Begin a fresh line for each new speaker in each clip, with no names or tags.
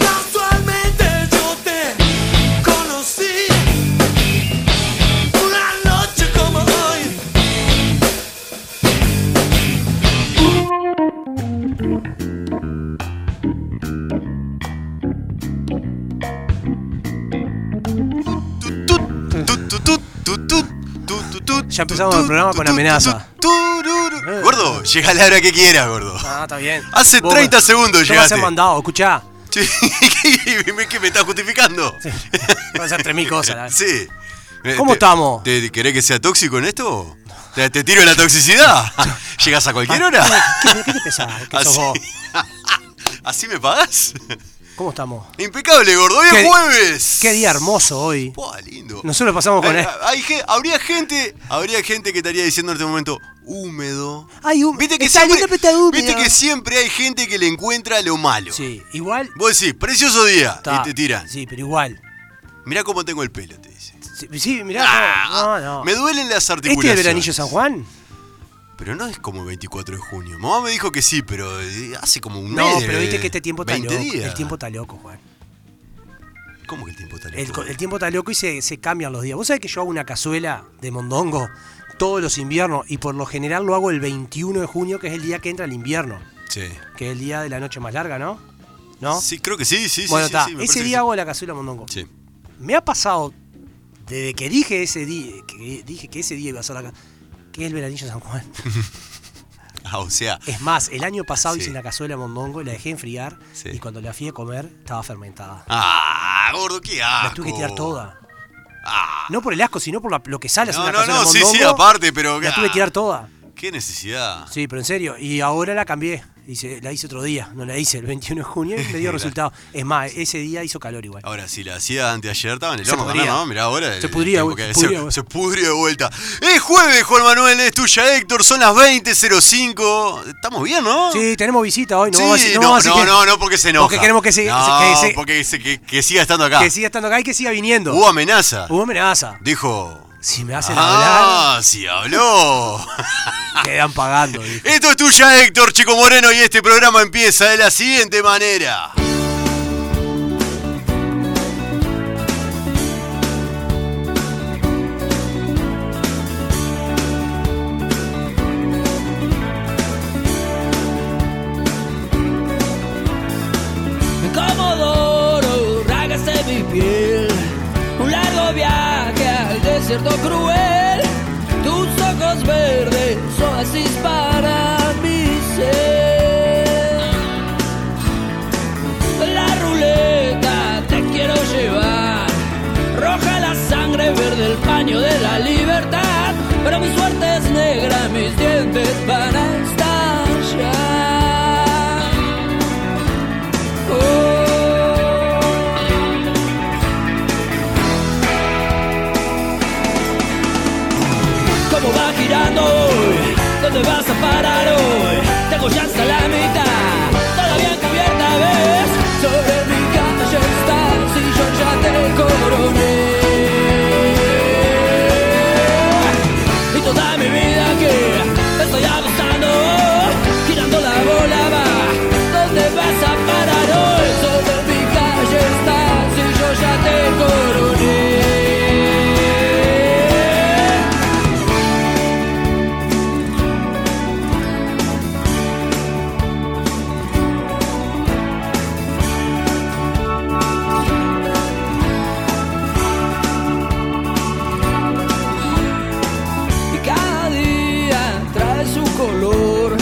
Casualmente yo te conocí una noche como hoy.
Ya empezamos el programa con amenaza.
Tururu. Gordo, llega a la hora que quieras, gordo.
Ah, está bien.
Hace 30 segundos
Yo vas a
llegaste.
mandado, escuchá.
Sí, ¿Qué me estás justificando? Sí.
Vas a hacer tres mil cosas. la-
Eh,
¿Cómo
te-
estamos?
te- ¿Querés que sea tóxico en esto? ¿Te, te tiro la toxicidad? ¿Llegas a cualquier hora?
Ah, ¿Qué, qué te pensás? ¿Qué
Así.
sos vos?
¿Así me pagás?
¿Cómo estamos?
Impecable, gordo. Hoy
Qué-
es jueves.
Qué día hermoso hoy.
Buah, lindo.
Nosotros pasamos con.
Hay- hay gen- habría gente, habría gente que estaría diciendo en este momento húmedo.
Ay, hú-
Viste que
está
siempre,
lindo, pero está húmedo.
viste que siempre hay gente que le encuentra lo malo.
Sí, igual.
Vos decís, precioso día.
está.
Y te tiran.
Sí, pero igual.
Mirá cómo tengo el pelo, te dicen.
Sí, sí, mirá.
Ah,
no, no.
Me duelen las
¿Este es
articulaciones.
el veranillo San Juan?
Pero no es como 24 de junio. Mamá me dijo que sí, pero eh, hace como un
No,
mes.
pero viste que este tiempo está
20
loco.
días.
El tiempo está loco, Juan.
¿Cómo que el tiempo está
El,
loco?
co- el tiempo está loco y se, se cambian los días. Vos sabés que yo hago una cazuela de mondongo todos los inviernos y por lo general lo hago el 21 de junio, que es el día que entra el invierno,
Sí.
que es el día de la noche más larga, ¿no? ¿No?
Sí, creo que sí, sí, sí,
bueno,
sí,
está.
sí, me parece
ese
que
día
sí.
hago la cazuela de mondongo.
Sí.
Me ha pasado, desde que dije ese día, que dije que ese día iba a ser la ca- que es el veranillo de San Juan.
Ah, o sea,
Es más, el año pasado
Sí.
hice una cazuela de mondongo, la dejé enfriar
Sí.
y cuando la fui a comer estaba fermentada.
Ah, gordo, qué asco.
La tuve que tirar toda.
Ah.
No por el asco, sino por la- lo que sale hacer
No,
una
no,
cazuela
no,
de
sí, sí,
mondongo.
aparte, pero... ah.
La tuve que tirar toda.
Qué necesidad.
Sí, pero en serio. Y ahora la cambié. Hice- la hice otro día. No la hice el 21 de junio y me dio resultado. Es más, ese día hizo calor igual.
Ahora, si la hacía anteayer, estaba en el
Se
horno,
podría.
¿no? Mirá, ahora...
Se
el
podría,
tiempo
se
que-
podría,
se,
vos.
se pudrió de vuelta. Es jueves, Juan Manuel, es tuya, Héctor, son las 20.05. Estamos bien, ¿no?
Sí, tenemos visita hoy. No,
Oh. Sí,
vamos a decir-
no,
no,
no,
así que-
no, no, porque se enoja.
porque queremos que se-
No,
que se-
porque se- que, que siga estando acá.
que siga estando acá y que siga viniendo.
Hubo amenaza.
Hubo amenaza.
Dijo...
Si me hacen
Ah, sí, habló.
hablar, quedan pagando. dijo.
Esto es tuya, Héctor Chico Moreno, y este programa empieza de la siguiente manera.
como doro ragas de mi piel. Un largo viaje al desierto cruel. Tus ojos verdes, oasis para mi ser. La ruleta te quiero llevar. Roja la sangre, verde el paño de la libertad. Pero mi suerte es negra, mis dientes van a estallar. Oh. ¿Cómo va girando hoy? ¿Dónde vas a parar hoy? Tengo ya hasta la mitad, todavía cubierta ves. Sobre mi calle estás y yo ya te coroné. Y toda mi vida que estoy avanzando Girando la bola va ¿Dónde vas a parar hoy? Sobre mi calle estás y yo ya te coroné y cada día trae su color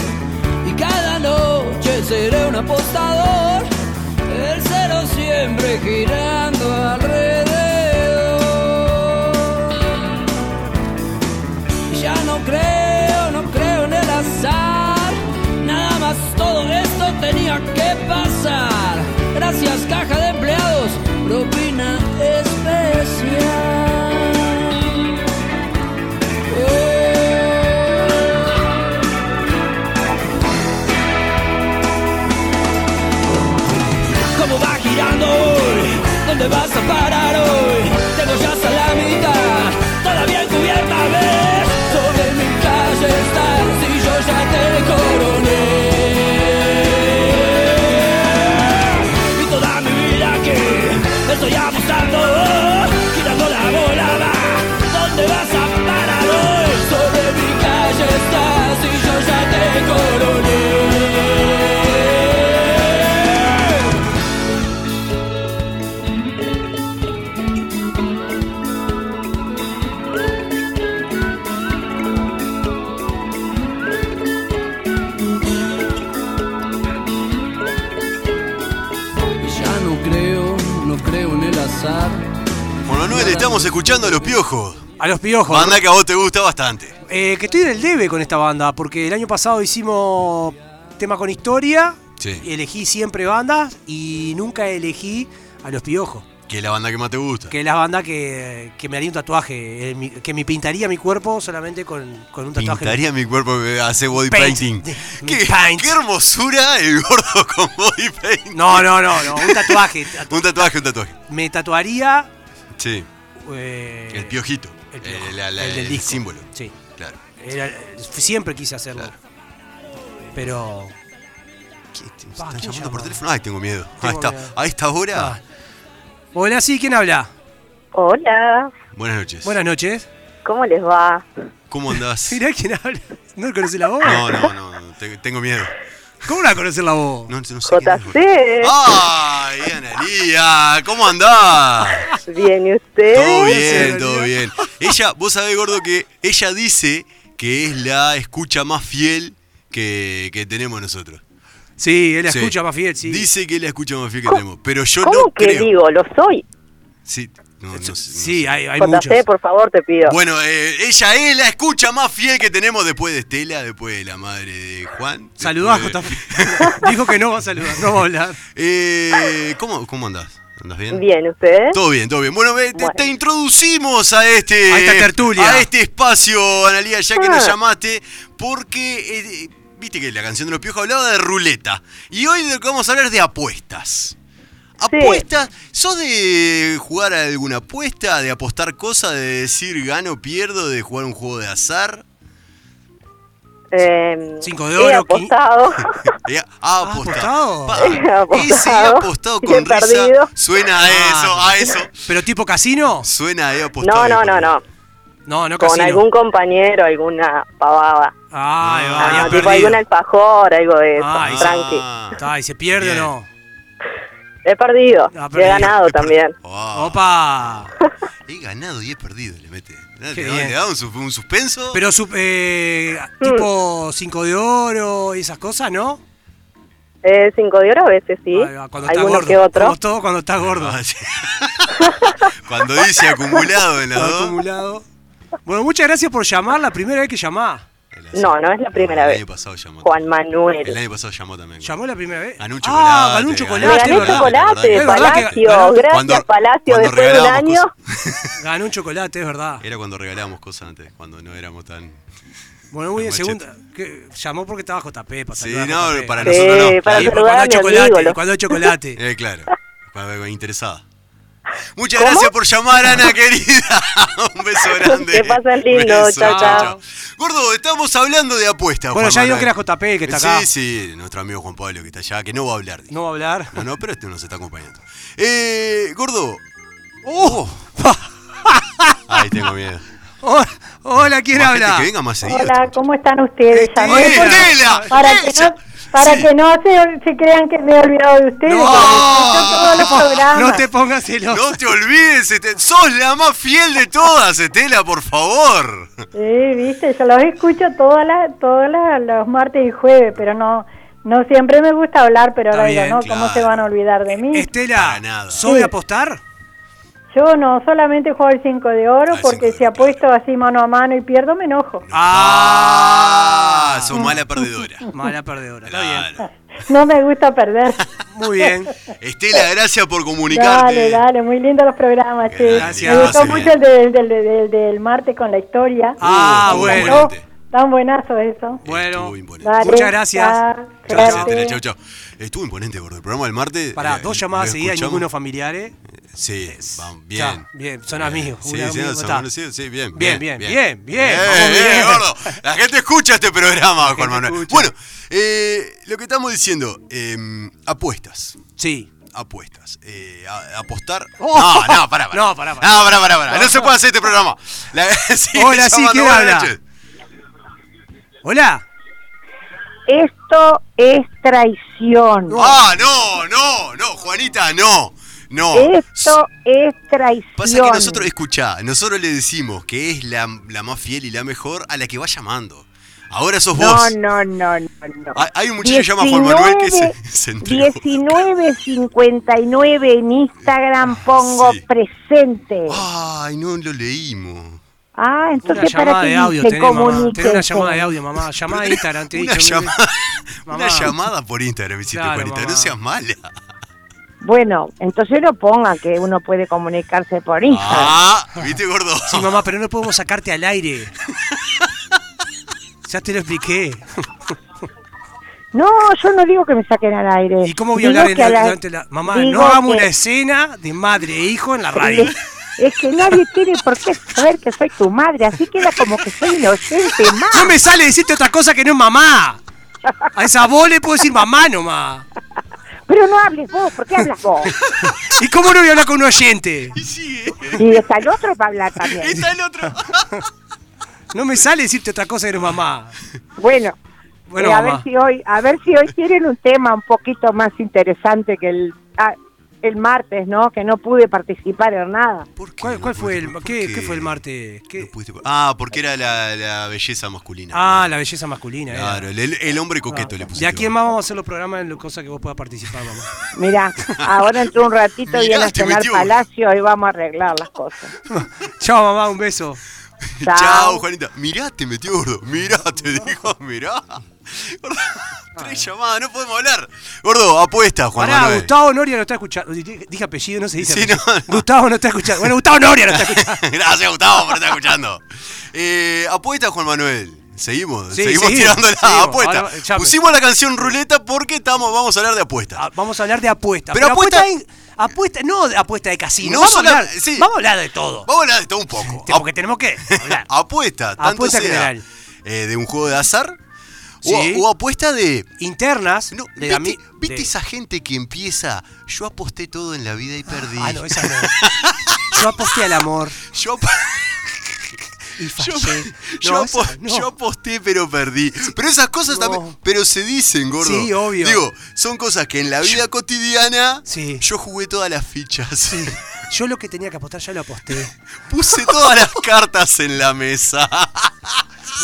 y cada noche seré un apostador el cero siempre girando alrededor ya no creo, no creo en el azar. Nada más todo esto tenía que pasar. Gracias, caja de empleados, propina especial. ¿Cómo va girando hoy? dónde vas a parar hoy. Tengo ya hasta la mitad, todavía encubierta ves. Sobre mi calle estás y yo ya te coroné. Y toda mi vida aquí estoy apostando, girando la bola va. ¿Dónde vas a parar hoy? Sobre mi calle estás y yo ya te coroné. Ya no creo, no creo en el azar.
Juan Manuel, estamos escuchando a los piojos.
A los piojos.
Banda que a vos te gusta bastante.
Eh, que estoy en el debe con esta banda, porque el año pasado hicimos tema con historia,
Sí.
elegí siempre bandas y nunca elegí a los piojos,
Que es la banda que más te gusta.
que es la banda que, que me haría un tatuaje, eh, mi- que me pintaría mi cuerpo solamente con, con un tatuaje.
Pintaría mi cuerpo que hace body
Paint.
painting.
Mi
¿Qué,
paint.
qué hermosura el gordo con body painting.
No, no, no, no, un tatuaje. Tatu-
Un tatuaje, un tatuaje.
me tatuaría
Sí,
eh,
el piojito.
el piojo,
Eh, la- la-
el del
el
disco.
símbolo.
Sí.
Claro.
Era- siempre quise hacerlo.
Claro.
Pero
¿Qué? ¿Te- me
Pa,
¿Están
¿quién
llamando
llama?
por teléfono? Ay, tengo miedo.
Tengo
a, esta,
miedo.
a esta hora.
Ah. Hola, sí, ¿quién habla?
Hola,
Buenas noches.
Buenas noches.
¿cómo les va?
¿Cómo andás?
Mirá quién habla. ¿No conoce la voz?
No, no, no, no, te- tengo miedo.
¿Cómo la conoce la voz?
No, no sé quién es, boludo.
JC,
¡Ay, Analía! ¿Cómo andás?
¿bien y
Todo
ustedes?
bien, todo bien. Ella, vos sabés, gordo, que ella dice que es la escucha más fiel que, que tenemos nosotros.
Sí, él la
Sí.
escucha más fiel, sí.
Dice que es la escucha más fiel que
¿Cómo-
tenemos, pero yo
¿Cómo
no
que
creo.
digo? Lo soy.
Sí, no, no sé, no
sí,
sé.
hay, hay muchos.
JC, por favor, te pido.
Bueno, eh, ella es la escucha más fiel que tenemos después de Estela, después de la madre de Juan.
Saludá,
después de-
JP. Dijo que no va a saludar, no va a hablar.
Eh, ¿cómo, ¿Cómo andás? ¿Andás bien?
Bien, ¿ustedes?
Todo bien, todo bien. Bueno, ve, te,
Bueno.
te introducimos a este.
A esta tertulia.
A este espacio, Analía, ya que
Ah.
nos llamaste, porque. eh, Viste que la canción de los piojos hablaba de ruleta. Y hoy de lo que vamos a hablar es de apuestas. Apuestas, ¿sos de jugar a alguna apuesta? ¿De apostar cosas? ¿De decir gano, pierdo? ¿De jugar un juego de azar?
Eh,
Cinco de
He
oro,
apostado.
Eh, ah,
¿Has
apostado.
apostado?
Pa,
He apostado.
Ese apostado
Y he
con risa.
perdido.
Suena a eso,
Ah.
a eso.
¿Pero tipo casino?
Suena a eh, apostado.
no,
y
no, no,
perdido.
no.
No, no
Con
casino.
algún compañero, alguna pavada.
Ay, va,
Ah, tipo
ya perdido.
algún alfajor, algo de eso.
Ay,
tranqui.
Ah.
Está, ¿y se pierde
Bien.
o no?
He perdido.
Ah,
y he
perdido.
ganado también.
Ah,
Opa.
He ganado y he perdido, le mete. Le,
Qué
da-
bien.
le da un, sus- un suspenso.
Pero su- eh, tipo cinco de oro y esas cosas, ¿no?
Eh, cinco de oro a veces sí.
Ahí va, cuando estás
Alguno
gordo.
que otro.
Como todo cuando estás gordo.
Ah, sí. Cuando dice acumulado en las
Todo
dos.
acumulado. Bueno, muchas gracias por llamar. La primera vez que llamás.
en las-
No, no es la primera
El
vez.
año pasado llamó.
Juan
El
Manuel.
año pasado llamó también.
¿Llamó la primera vez?
Ganó un
Ah,
chocolate.
ganó un
Me
ganó-
chocolate,
gané
¿verdad?
chocolate,
Es verdad que
Palacio.
ganaste.
Gracias,
Cuando-
Palacio.
cuando
Después de un
regalábamos
año.
Ganó un chocolate, es verdad.
Era cuando regalábamos cosas antes, cuando no éramos tan.
Bueno, muy bien,
Machete.
segunda. ¿qué? Llamó porque estaba JP para
Sí,
saludar a
no,
JP.
para
Y
Sí,
nosotros
para
no. Claro.
nosotros-
cuando
saludar
hay
a mi
chocolate,
amigo,
y cuando hay chocolate.
Eh, claro. Para- para- Interesada. Muchas
¿Cómo?
gracias por llamar, Ana querida. Un beso grande.
Que pasen lindo,
Beso,
chao,
chao.
Gordo, estamos hablando de apuestas.
Bueno,
Juan
ya digo que
Manuel.
era JP que está acá.
Sí, sí, nuestro amigo Juan Pablo que está allá, que no va a hablar. dice.
No va a hablar.
No, no, pero este nos está acompañando. Eh, gordo. ¡Oh! Ay, tengo miedo.
Oh, hola, ¿quién
Más gente
habla?
Que venga más seguido. Eh,
Hola, ¿cómo están ustedes?
Este,
Llamé
Estela,
porque-
Estela,
para que
ella.
no, para
Sí.
que no se, se crean que me he olvidado de ustedes.
No,
porque escucho todos
no
los
te pon-
programas.
no te pongas celoso.
No te olvides, Este- sos la más fiel de todas, Estela, por favor.
Sí, viste, yo los escucho todas las, todas las- los martes y jueves, pero no, no siempre me gusta hablar, pero
Está
ahora digo,
bien, Este
¿no? ¿Cómo se
claro.
van a olvidar de mí?
Para
Mm. Estela,
nada.
¿sos de
Sí.
apostar?
Yo no, solamente juego el 5 de
Ah,
oro
el cinco de
porque si
oro,
apuesto así mano a mano y pierdo me enojo.
Ah, sos mala perdedora.
Mala perdedora. Está bien.
Claro.
No me gusta perder.
Muy bien.
Estela, gracias por
Dale,
comunicarte.
dale, muy lindos los programas, che.
Gracias,
Me gustó
bien.
mucho el del, del, del- del martes con la historia.
Ah,
Uh,
bueno.
Oh, tan buenazo eso.
Bueno.
Estuvo imponente.
Dale,
Muchas gracias.
chao,
Gracias,
gracias.
Estela, chau, chau. Estuvo imponente, gordo. El programa del martes.
Para
eh,
dos llamadas
lo
seguidas y
escuchamos.
ninguno familiares.
Sí,
Es-
van bien.
Ya, bien, son amigos,
Sí,
un
sí,
amigo,
son
está.
conocidos, sí, bien,
Bien, bien, bien, bien,
Eh,
vamos
eh,
bien.
gordo, La gente escucha este programa, Juan
gente
Manuel.
escucha.
Bueno, eh, lo que estamos diciendo, eh, apuestas.
Sí.
Apuestas. Eh, a- apostar.
Oh.
No, no, pará, pará.
No, pará, pará.
No, pará, pará, pará. No se puede hacer este programa. La- sigue
Hola, sí,
llamando.
¿quién
Buenas
habla?
noches.
Hola.
Esto es traición.
Ah, no, no, no, Juanita, no. No.
Esto es traición.
Pasa que nosotros, escuchá, nosotros le decimos que es la, la más fiel y la mejor a la que va llamando. Ahora sos
No,
vos.
no, no, no. no.
Hay- hay un muchacho que se llama Juan Manuel que se- se entregó.
1959 en Instagram pongo
Ah, Sí. Ah.
presente.
Ay, no lo leímos.
Ah,
Una
entonces para
llamada
que
de audio
se
tenés, mamá. Tenés una
comuníquense.
llamada de audio, mamá. Llamada de Instagram, te he
Una,
dicho mil
llamada,
veces.
una
Mamá.
llamada por Instagram, hiciste,
Claro,
Juanita,
mamá.
no seas mala.
Bueno, entonces no ponga que uno puede comunicarse por Instagram.
Ah, ¿viste, gordo?
Sí, mamá, pero no podemos sacarte al aire. Ya te lo expliqué.
No, yo no digo que me saquen al aire.
¿Y cómo voy a
Digo
hablar en
que
la,
a la-
durante la- Mamá,
digo
no hagamos
que-
una escena de madre e hijo en la radio.
Es que nadie tiene por qué saber que soy tu madre, así queda como que soy inocente más.
No me sale decirte otra cosa que no es mamá. A esa voz le puedo decir mamá nomás.
Pero no hables vos, ¿por qué hablas vos?
¿Y cómo no voy a hablar con un oyente?
Y sigue.
Y está el otro para hablar también.
Está el otro.
No me sale decirte otra cosa que no es mamá.
Bueno,
Bueno,
eh, a
mamá.
ver si hoy, a ver si hoy tienen un tema un poquito más interesante que el ah, el martes, ¿no? Que no pude participar en nada.
¿Por qué
¿Cuál,
no
cuál fue
pudiste-
el
por
qué, qué fue el martes? ¿Qué?
no pudiste- ah, porque era la, la belleza masculina.
Ah, la belleza masculina. era.
Claro, el, el hombre coqueto le pusiste.
De aquí en más vamos a hacer los programas en las cosas que vos puedas participar, mamá.
Mira, ahora entre un ratito
Mirá,
viene a
te
cenar
metió.
Palacio y vamos a arreglar las cosas.
Chao, mamá, un beso.
Chao.
Chao, Juanita. Mirá, te metió gordo. Mirá, te dijo, mirá. Gordo, Tres llamadas, no podemos hablar. Gordo, apuesta, Juan
Ah. Pará,
Manuel.
Gustavo Noria no está escuchando. Dije dije apellido, no se dice.
Sí,
apellido.
no, no.
Gustavo no está escuchando. Bueno, Gustavo Noria no está escuchando.
Gracias, Gustavo, por estar escuchando. Eh, apuesta, Juan Manuel. Seguimos,
Sí,
seguimos,
seguimos,
tirando la
seguimos.
apuesta.
Ahora, llame.
Pusimos la canción ruleta porque estamos, vamos a hablar de apuestas.
Ah, Vamos a hablar de apuestas.
Pero
apuesta, en- apuesta- no de apuesta de casino.
No
vamos, a
solo-
hablar,
sí.
vamos a hablar de todo.
Vamos a hablar de todo un poco.
Este, Porque tenemos que hablar.
apuesta, tanto
Apuesta
sea
general.
eh, de un juego de azar o-
Sí.
o apuesta de
Internas.
No,
de
¿viste,
ami-
viste
de-
esa gente que empieza? Yo aposté todo en la vida y perdí.
Ah, no, esa no. Yo aposté al amor
yo, ap-
y fallé.
yo-
No,
yo
esa
apo-
no.
yo aposté pero perdí. Pero esas cosas
No.
también... Pero se dicen, gordo.
Sí, obvio.
Digo, son cosas que en la vida cotidiana
Sí.
yo jugué todas las fichas.
Yo lo que tenía que apostar ya lo aposté.
Puse todas las cartas en la mesa.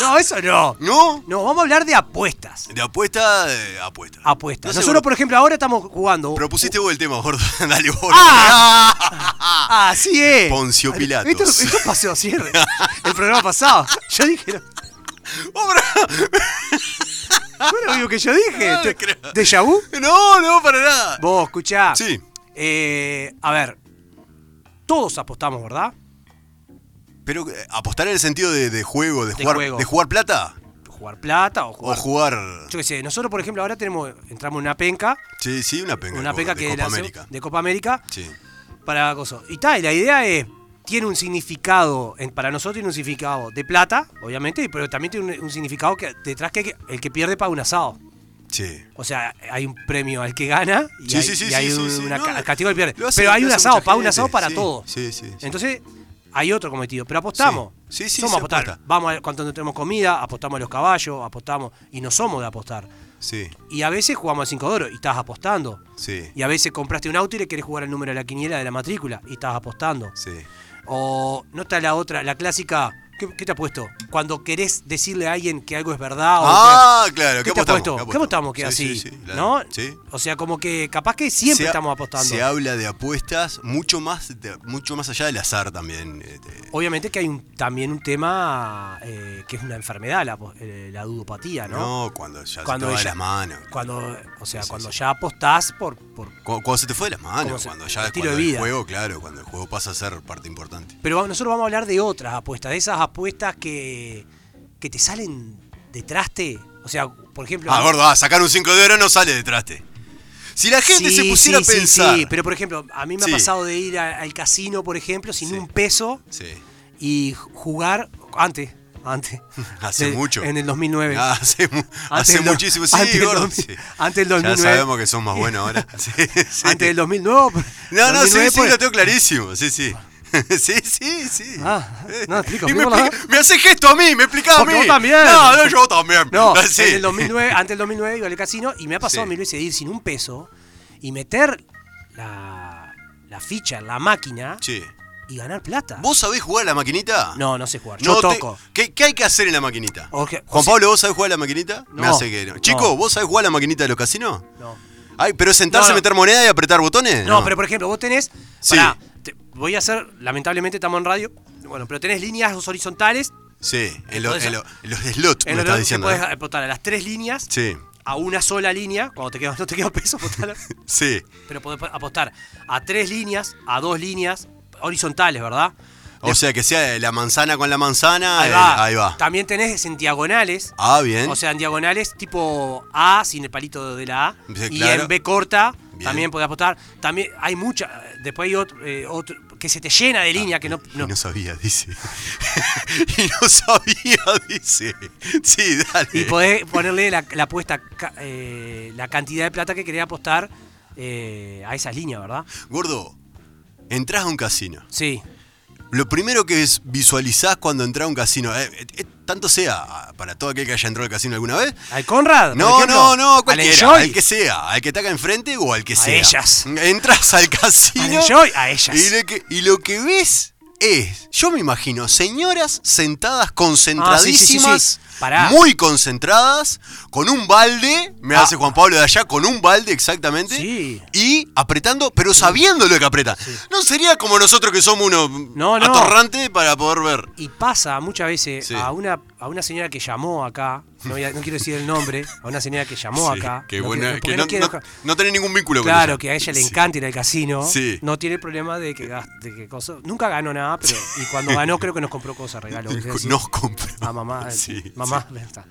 No, eso no.
¿No?
No, vamos a hablar de apuestas.
De apuesta, eh, apuesta.
Apuestas.
No sé,
Nosotros,
gordo.
por ejemplo, ahora estamos jugando.
Propusiste vos el tema, gordo. Dale, gordo.
Ah. Así es.
Poncio Pilatos.
Esto, esto pasó así el- el programa pasado. Yo dije. no. Fue lo mismo que yo dije.
No, no
Te-
creo.
¿Déjà vu?
No, no, para nada.
Vos, escuchá.
Sí.
Eh, a ver. Todos apostamos, ¿verdad?
Pero eh, apostar en el sentido de, de juego, de,
De
jugar,
juego.
de jugar plata
Jugar plata o
o
jugar.
jugar.
yo qué sé, nosotros, por ejemplo, ahora tenemos. Entramos en una penca.
Sí, sí, una penca.
una
de
penca
Copa-
que
de
la
Copa
hace-
América.
de Copa América.
Sí.
para cosas. Y tal, y la idea es, tiene un significado, en- para nosotros tiene un significado de plata, obviamente, y- pero también tiene un, un significado que detrás que, hay que- el que pierde paga un asado.
Sí.
O sea, hay un premio al que gana y
Sí,
hay,
sí, sí,
y hay
sí, sí,
un
sí,
una
no,
ca- al castigo al que pierde.
lo hace-
pero hay
lo
un
hace
asado,
mucha
paga un
gente,
asado para
sí,
todos.
sí, sí, sí.
Entonces, hay otro cometido. Pero apostamos.
Sí, sí, sí,
somos
se
a apostar.
apuesta.
Vamos a cuando no tenemos comida, apostamos a los caballos, apostamos. Y no somos de apostar.
Sí,
Y a veces jugamos al 5 de oro y estás apostando.
sí.
Y a veces compraste un auto y le querés jugar el número de la quiniela de la matrícula y estás apostando.
Sí.
O no está la otra, la clásica. ¿Qué, qué te ha puesto? Cuando querés decirle a alguien que algo es verdad o
Ah,
que-
claro, ¿qué
¿Qué, te ha
apostamos?
puesto?
¿Qué
¿Qué apostamos
apostamos?
que
Sí,
así?
sí, sí, la-
¿No?
sí.
O sea, como que capaz que
Se
siempre
ha-
estamos apostando.
Se habla de apuestas mucho más, de- mucho más allá del azar también. eh, de-
Obviamente que hay un- también un tema eh, que es una enfermedad, la, apo- eh, la ludopatía, ¿no?
no, cuando ya
Cuando
se te va de
ella-
las manos.
Cuando, o sea,
Sí, sí,
cuando
sí.
ya apostás por, por
Cu- Cuando, se te fue de las
Como
manos,
se-
cuando ya
el tiro
cuando
de
el
vida.
juego, claro, cuando el juego pasa a ser parte importante.
Pero vamos- nosotros vamos a hablar de otras apuestas, de esas apuestas que, que te salen de traste. O sea, por ejemplo,
Ah, gordo, ah, sacar un 5 de oro no sale de traste. Si la gente se pusiera a pensar.
Sí, pero por ejemplo, a mí me
Sí.
ha pasado de ir a- al casino, por ejemplo, sin
Sí.
un peso
Sí.
y jugar antes, antes.
Hace
De-
mucho.
En el 2009.
Ah, hace mu- hace
del do-
muchísimo. Sí,
antes del
gordo,
2000,
sí.
antes del 2009.
Ya sabemos que son más buenos ahora. Sí, sí.
Antes del 2009. pero-
No, no, sí,
2009,
sí,
pues.
lo tengo clarísimo. Sí, sí. Sí, sí, sí.
Ah, no, explico,
Y me,
explico la-
expli- me hace gesto a mí, me explicaba a mí.
Porque vos también.
No, no, yo también.
No,
Ah, Sí.
en el 2009, antes del 2009 iba al casino y me ha pasado
Sí.
mil veces de ir sin un peso y meter la, la ficha en la máquina
Sí.
y ganar plata.
¿Vos sabés jugar a la maquinita?
No, no sé jugar. Yo
te-
toco.
¿Qué, qué hay que hacer en la maquinita?
O que-
Juan
José-
Pablo, ¿vos sabés jugar a la maquinita? Me
No,
hace que no. Chico,
no.
¿vos sabés jugar a la maquinita de los casinos?
No.
Ay, pero sentarse
No, no.
a meter moneda y apretar botones.
No, pero por ejemplo, vos tenés.
Sí.
pará, te- voy a hacer. Lamentablemente estamos en radio. Bueno, pero tenés líneas horizontales.
Sí, en, lo-
Entonces-
en lo- en los de slot, me
En lo
estás
que
diciendo.
podés
¿no?
apuntar a las tres líneas
Sí,
a una sola línea. Cuando te quedas, no te queda peso, apuntar a-
sí.
pero podés apostar a tres líneas, a dos líneas horizontales, ¿verdad?
O sea, que sea la manzana con la manzana.
Ahí
el-
va.
Eh, ahí va.
También tenés en diagonales.
Ah, bien.
O sea, en diagonales tipo A sin el palito de la A.
Sí,
y
claro.
en B corta
Bien.
también podés apostar. También hay mucha. Después hay otro, eh, otro- que se te llena de línea que no.
Ah, Y
no-
no sabía, dice. y no sabía, dice. Sí, dale.
y podés ponerle la, la apuesta, ca- eh, la cantidad de plata que querés apostar eh, a esas líneas, ¿verdad?
Gordo, entras a un casino.
Sí.
Lo primero que es- visualizás cuando entras a un casino, eh, eh, eh, tanto sea ah, para todo aquel que haya entrado al casino alguna vez.
¿Al Conrad? por
No,
ejemplo?
no, no,
¿Al
cualquiera,
Enjoy?
al que sea, al que está acá enfrente o al que
A
sea.
ellas.
Entras al casino.
Al Enjoy, a ellas.
Y lo, que, y lo que ves es, yo me imagino, señoras sentadas concentradísimas,
Ah, sí, sí, sí, sí. Pará.
muy concentradas, con un balde, me
Ah.
hace Juan Pablo de allá, con un balde exactamente,
Sí.
y apretando, pero sabiendo lo que aprieta. No sería como nosotros que somos unos
No, no.
atorrantes para poder ver.
Y pasa muchas veces
Sí.
a, una, a una señora que llamó acá, no, voy a- no quiero decir el nombre, a una señora que llamó
Sí,
acá.
qué
no
buena- que
quiero- porque
no,
no quiero-
no- no tenés ningún vínculo con
claro,
ella.
que a ella le
Sí.
encanta ir al casino.
Sí.
No tiene problema de que, gas- de que cosa- Nunca ganó nada, pero y cuando ganó creo que nos compró cosas, regalos. es decir,
Nos compró.
A mamá.
Sí,
mamá. ya está.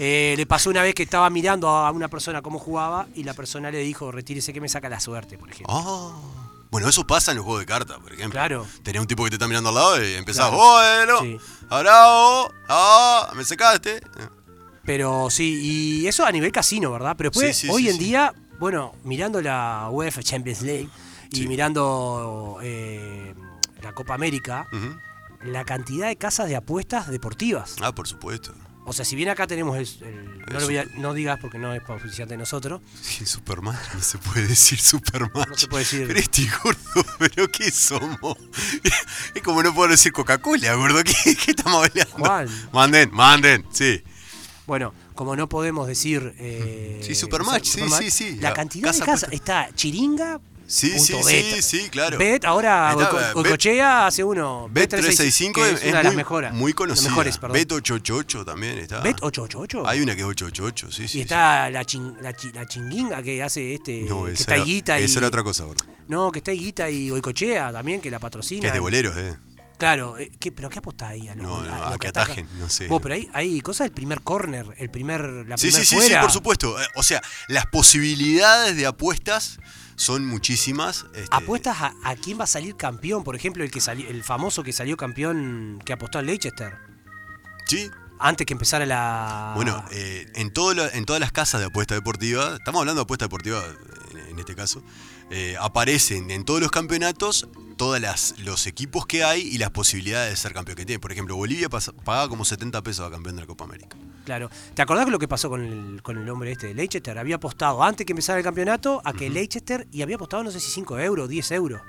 Eh, le pasó una vez que estaba mirando a una persona cómo jugaba y la persona le dijo, retírese que me saca la suerte, por ejemplo.
Ah. Bueno, eso pasa en los juegos de cartas, por ejemplo.
Claro.
Tenés un tipo que te está mirando al lado y empezás,
Claro.
bueno,
Sí.
arao, ah, me secaste.
Pero sí, y eso a nivel casino, ¿verdad? Pero después,
Sí, sí,
hoy
sí,
en
sí.
día, bueno, mirando la UEFA Champions League y
Sí.
mirando eh, la Copa América,
Ujú.
la cantidad de casas de apuestas deportivas.
Mm. Ah, por supuesto.
O sea, si bien acá tenemos el... el- no, lo voy a- no digas porque no es oficial de nosotros.
Sí, Superman, no se puede decir Superman.
No se puede decir.
Pero este gordo, ¿pero qué somos? Es como no puedo decir Coca-Cola, gordo. ¿Qué, qué estamos hablando?
¿Cuál?
Manden, manden, sí.
Bueno, como no podemos decir... eh,
Sí, Supermatch, sí, sí, sí.
La
La
cantidad
casa
de casas.
apuesta.
Está Chiringa.
Sí,
punto
sí,
bet.
sí, sí, claro.
Bet, ahora
Está,
Goico-
Bet-
Goicochea hace uno.
Bet365
que
es,
es una de las
muy,
mejoras.
muy
Las
conocida.
mejores, perdón.
Bet888 también está.
Bet 888.
Hay una que es 888, sí, sí.
Y
sí.
está la, chin- la, chi- la chinguinga que hace este.
No,
que
esa
está
era-
Higuita y.
esa era otra cosa, gordo.
No, que está Higuita y Goicochea también, que la patrocina.
Que es de boleros, ¿eh?
Claro, eh, ¿qué- ¿pero qué apostás ahí? A lo,
No, no,
a
a
lo
que
ataca?
atajen, no sé.
Vos, pero ahí hay cosas del primer corner, el primer. La
Sí,
primer
sí, sí, sí,
fuera.
por supuesto. Eh, O sea, las posibilidades de apuestas son muchísimas. este,
Apuestas a, a quién va a salir campeón, por ejemplo, el que sali- el famoso que salió campeón que apostó al Leicester.
Sí.
Antes que empezara la.
Bueno, eh, en, todo la- en todas las casas de apuesta deportiva, estamos hablando de apuesta deportiva en, en este caso, eh, aparecen en todos los campeonatos todos los equipos que hay y las posibilidades de ser campeón que tienen. Por ejemplo, Bolivia pasa- paga como 70 pesos a campeón de la Copa América.
Claro. ¿Te acordás lo que pasó con el, con el hombre este de Leicester? Había apostado antes que empezara el campeonato a que Leicester y había apostado no sé si 5 euros, 10 euros.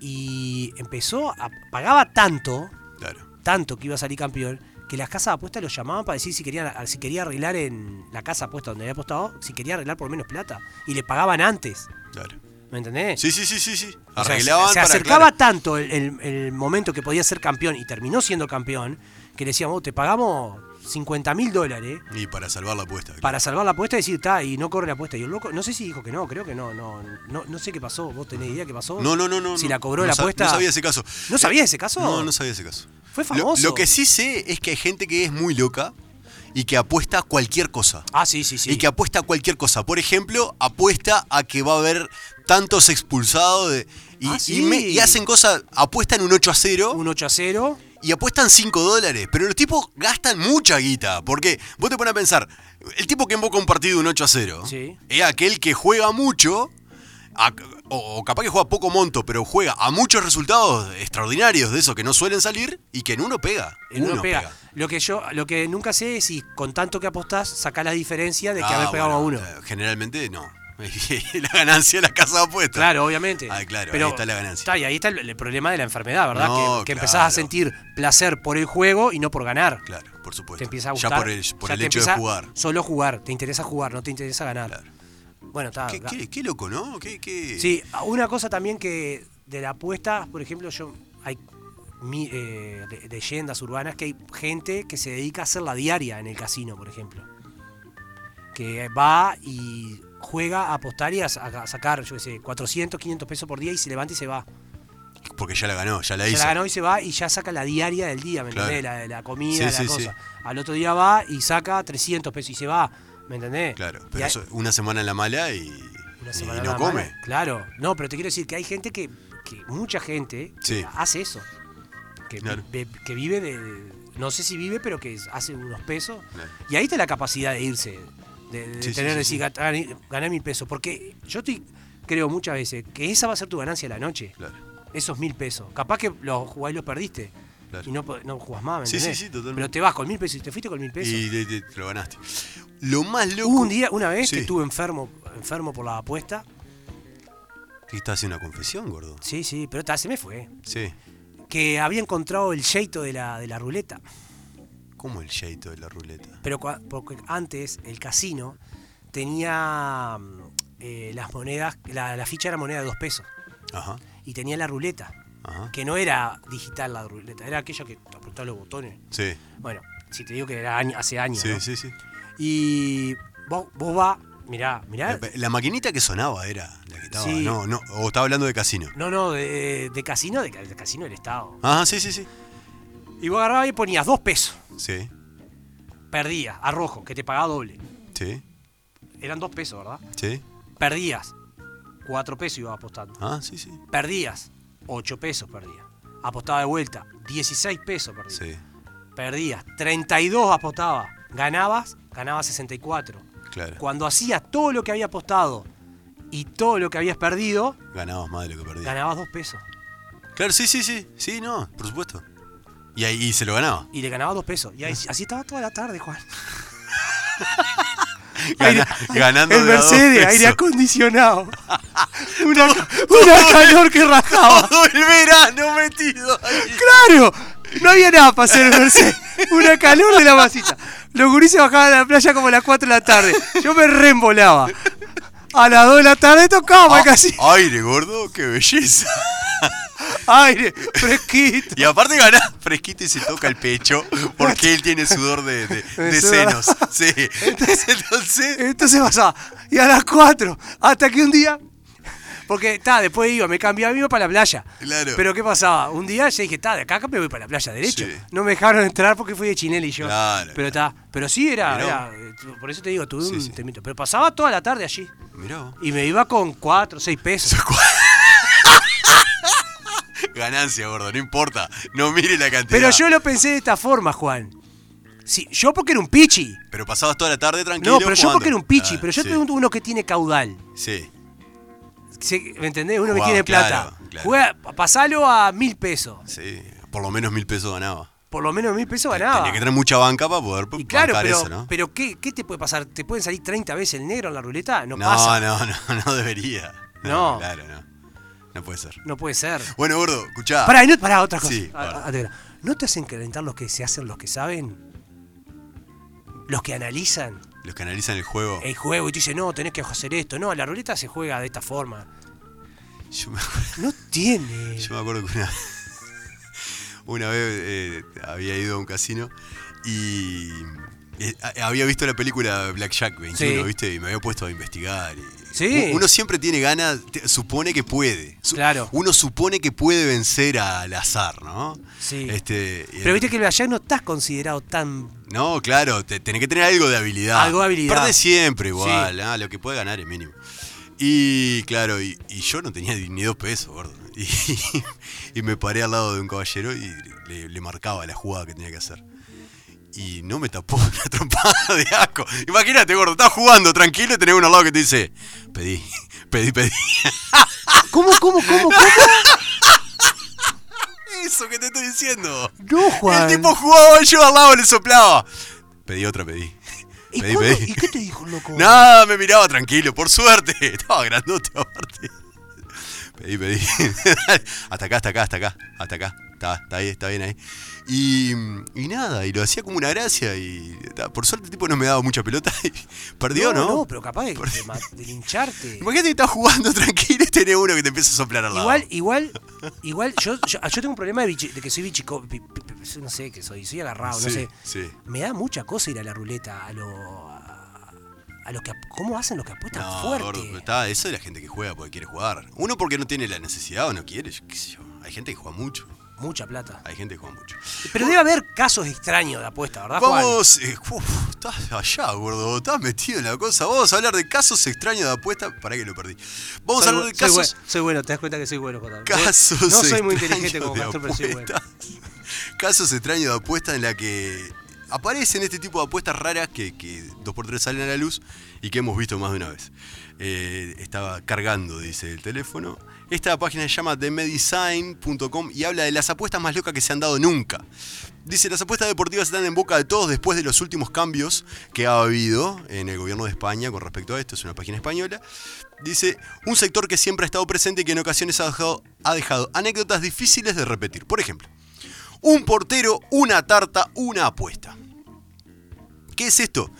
Y empezó a. pagaba tanto,
Claro.
tanto que iba a salir campeón, que las casas de apuestas lo llamaban para decir si quería, si quería arreglar en la casa de apuestas donde había apostado, si quería arreglar por menos plata. Y le pagaban antes.
Claro.
¿Me entendés?
Sí, sí, sí, sí, sí.
Eh. O sea,
Arreglaban
se
para,
acercaba
claro,
tanto el, el- el momento que podía ser campeón y terminó siendo campeón que le decíamos, "Vos, te pagamos 50 mil dólares
y para salvar la apuesta. claro.
para salvar la apuesta y decir, está, y no corre la apuesta. Y el loco, no sé si dijo que no, creo que no, no, no, no sé qué pasó. ¿Vos tenés idea qué pasó?
No, no, no, no.
Oh. Si
no.
la cobró
No
la
sab-
apuesta.
No sabía ese caso.
¿No sabía ese caso?
No, no sabía ese caso.
Fue
Lo-
famoso.
Lo, que sí sé es que hay gente que es muy loca y que apuesta a cualquier cosa.
Ah, sí, sí, sí.
Y que apuesta a cualquier cosa. Por ejemplo, apuesta a que va a haber tantos expulsados. de- y,
Ah,
y
sí.
me- y hacen cosas. Apuestan un 8 a 0
Un 8 a 0.
y apuestan 5 dólares. Pero los tipos gastan mucha guita. Porque vos te pones a pensar, el tipo que emboca un partido un 8 a 0
Sí.
es aquel que juega mucho. a- o, o capaz que juega poco monto, pero juega a muchos resultados extraordinarios de esos que no suelen salir y que en uno pega.
En uno pega.
pega.
Lo que yo, lo que nunca sé es si con tanto que apostás, sacás la diferencia de que
Ah,
haber pegado
bueno,
a uno.
eh, Generalmente no. la ganancia de la casa de apuestas.
Claro, obviamente.
Ah, claro,
Pero
ahí está la ganancia.
Está, y ahí está el, el problema de la enfermedad, ¿verdad?
No,
que que
claro.
empezás a sentir placer por el juego y no por ganar.
Claro, por supuesto.
Te empieza a gustar.
Ya por el, por
ya
el
te
hecho de
empieza
jugar.
Solo jugar, te interesa jugar, no te interesa ganar. Bueno, está.
¿Qué,
ga-
qué- qué loco, ¿no? ¿Qué, qué-
Sí, una cosa también que de la apuesta, por ejemplo, yo hay mi- eh, le- leyendas urbanas que hay gente que se dedica a hacer la diaria en el casino, por ejemplo. Que va y juega a apostar y a, sa- a sacar, yo qué sé, 400, 500 pesos por día y se levanta y se va.
Porque ya la ganó, ya la
Se
hizo.
la ganó y se va y ya saca la diaria del día, ¿me
Claro.
entendés? La, la comida,
Sí,
la
sí,
cosa.
sí.
Al otro día va y saca 300 pesos y se va, ¿me entendés?
Claro,
Y
pero
hay-
eso, una semana en la mala y,
una
y
semana
no
nada más.
come.
Claro, no, pero te quiero decir que hay gente que, que mucha gente que
Sí.
hace eso. Que,
Claro.
ve- que vive de, de- No sé si vive, pero que hace unos pesos.
Claro.
Y ahí está la capacidad de irse. De, de
Sí, sí,
tener,
sí, sí.
decir, "Gat- gané- gané mil pesos. Porque yo estoy, creo muchas veces que esa va a ser tu ganancia de la noche.
Claro.
Esos mil pesos. Capaz que los jugás y los perdiste.
Claro.
Y no, po- no jugás más, ¿me
Sí, sí,
entendés?
sí, totalmente.
Pero te vas con mil pesos y te fuiste con mil pesos.
Y te, te- te lo ganaste. Lo más loco.
Hubo un día, una vez,
Sí.
que estuve enfermo, enfermo por la apuesta.
¿Qué estás haciendo una confesión, gordo?
Sí, sí, pero ta, se me fue.
Sí.
que había encontrado el jeito de la, de la ruleta.
¿Cómo el jeito de la ruleta?
Pero cua- porque antes el casino tenía mm, eh, las monedas, la, la ficha era moneda de dos pesos
Ajá,
y tenía la ruleta,
ajá.
que no era digital la ruleta, era aquella que apretaba los botones.
Sí,
Bueno, si te digo que era año- hace años.
sí,
¿no?
sí, sí.
Y vos, vos vas, mirá, mirá.
La maquinita que sonaba era la que estaba.
Ah. Sí.
No, no, o estaba hablando de casino.
No, no, de, de casino, de, ca- de casino del Estado.
Ajá, sí, sí, sí.
Y vos agarrabas y ponías dos pesos,
Sí,
perdías, a rojo, que te pagaba doble.
sí,
Eran dos pesos, ¿verdad?
sí.
Perdías. 4 pesos iba apostando.
Ah, sí, sí.
Perdías. 8 pesos perdías. Apostaba de vuelta. 16 pesos perdías.
Sí,
Perdías. 32 apostaba. Ganabas, ganabas 64.
claro.
Cuando hacías todo lo que había apostado y todo lo que habías perdido,
Ganabas más de lo que perdías.
ganabas 2 pesos.
Claro, sí, sí, sí. Sí, no, por supuesto. Y ahí y se lo ganaba.
Y le ganabas 2 pesos. Y ahí- así estaba toda la tarde, Juan.
Gana- ganando
el
de a dos
Mercedes,
pesos.
aire acondicionado. una, una calor que rajaba.
Todo el verano metido ahí.
¡Claro! No había nada para hacer en Mercedes. Una calor de la masita. Los gurises bajaban a la playa como a las 4 de la tarde. Yo me reembolaba. A las 2 de la tarde tocaba
Ah,
casi.
aire, gordo, qué belleza.
Aire, fresquito.
Y aparte gana fresquito y se toca el pecho porque él tiene sudor de, de- de
sudor.
senos. Sí. Entonces,
Entonces pasaba. Y a las 4. Hasta que un día. Porque, está, después iba, me cambiaba, me iba para la playa.
Claro.
Pero, ¿qué pasaba? Un día yo dije, está, de acá acá me voy para la playa, derecho.
Sí.
No me dejaron entrar porque fui de chinel y yo.
Claro,
Pero está. Pero sí era,
Mirá.
era, eh, Por eso te digo, tuve
Sí,
un
sí.
temito. Pero pasaba toda la tarde allí.
mirá, vos.
Y me iba con 4 o 6 pesos.
ganancia, gordo, no importa. No mire la cantidad.
Pero yo lo pensé de esta forma, Juan. Sí, yo porque era un pichi.
Pero pasabas toda la tarde tranquilo.
No, pero yo
jugando.
porque era un pichi.
Ah,
pero
sí,
yo te pregunto uno que tiene caudal.
Sí,
Se- ¿Me entendés? Uno que
Wow,
tiene
claro,
plata.
claro.
Juega, pasalo a mil pesos.
sí. Por lo menos mil pesos ganaba.
Por lo menos mil pesos ganaba.
Tenía que tener mucha banca para poder
Ah. y claro,
bancar
pero,
eso, ¿no?
pero ¿qué, ¿qué te puede pasar? ¿Te pueden salir 30 veces el negro en la ruleta? No,
No,
pasa.
no, no, no debería.
No.
Claro, no. No puede ser.
No puede ser.
Bueno, gordo, escuchá.
Pará, y no, pará, otra cosa.
Ah. Sí,
Ah,
pará.
ah, de verdad. ¿No te hacen calentar los que se hacen los que saben? Los que analizan.
Los que analizan el juego.
el juego y te dice, no, tenés que hacer esto. No, la ruleta se juega de esta forma.
Yo me acuerdo-
No tiene.
Yo me acuerdo que una, una vez eh, había ido a un casino y eh, a- había visto la película Black Jack 21,
Sí.
¿viste? Y me había puesto a investigar. y-
Sí.
u- Uno siempre tiene ganas, te- supone que puede. Su-
Claro.
Uno supone que puede vencer al azar, ¿no?
Sí.
Este, y
Pero
el-
viste que el Blackjack no estás considerado tan
No, claro, te, tenés que tener algo de habilidad.
Algo de habilidad.
Perdés siempre igual, ah, lo que puede ganar es mínimo. Y claro, y, y yo no tenía ni dos pesos, gordo. Y, y me paré al lado de un caballero y le, le marcaba la jugada que tenía que hacer. Y no me tapó la trompada de asco. Imagínate, gordo, estás jugando tranquilo y tenés uno al lado que te dice, pedí, pedí, pedí.
¿Cómo, cómo, cómo, cómo?
Eso que te estoy diciendo.
No, Juan.
El tipo jugaba yo al lado le soplaba. Pedí otra, pedí.
¿Y,
Pedí,
cuándo-
pedí.
¿Y qué te dijo, loco?
Nada, me miraba tranquilo, por suerte. Estaba grandote aparte. Pedí, pedí. hasta acá, hasta acá, hasta acá, hasta acá. Está, está ahí, está bien ahí. Y, y nada, y lo hacía como una gracia. Y ta, por suerte el tipo no me daba mucha pelota. Y perdió, ¿no?
pero capaz de, de ma- de lincharte.
Imagínate que estás jugando tranquilo y tenés uno que te empieza a soplar al lado.
Igual, igual, igual, yo, yo, ah, yo tengo un problema de, bichi- de que soy bichico, pi- pi- pi- no sé, que soy, soy agarrado,
sí,
no sé.
sí.
Me da mucha cosa ir a la ruleta, a lo... A, a los que, ap- ¿Cómo hacen los que apuestan
No,
fuerte?
gordo, pero está, eso es la gente que juega porque quiere jugar. Uno porque no tiene la necesidad o no quiere, yo qué sé yo. Hay gente que juega mucho,
Mucha plata.
hay gente que juega mucho.
Pero debe haber casos extraños de apuesta, ¿verdad, Juan?
Vamos, eh, uf, estás allá, gordo, estás metido en la cosa. Vamos a hablar de casos extraños de apuesta, para que lo perdí. Vamos
Soy
a hablar
bu-
de
soy
casos
bueno, soy bueno, te das cuenta que soy bueno, Jota. No-
casos
No soy muy
extraños
inteligente como
de
Castro, pero soy bueno.
apuestas. Casos extraños de apuestas en la que aparecen este tipo de apuestas raras que, que dos por tres salen a la luz y que hemos visto más de una vez. Eh, estaba cargando, dice el teléfono. Esta página se llama TheMedisign.com y habla de las apuestas más locas que se han dado nunca. Dice, las apuestas deportivas están en boca de todos después de los últimos cambios que ha habido en el gobierno de España con respecto a esto. Es una página española. Dice, un sector que siempre ha estado presente y que en ocasiones ha dejado, ha dejado anécdotas difíciles de repetir. Por ejemplo, un portero, una tarta, una apuesta. ¿Qué es esto?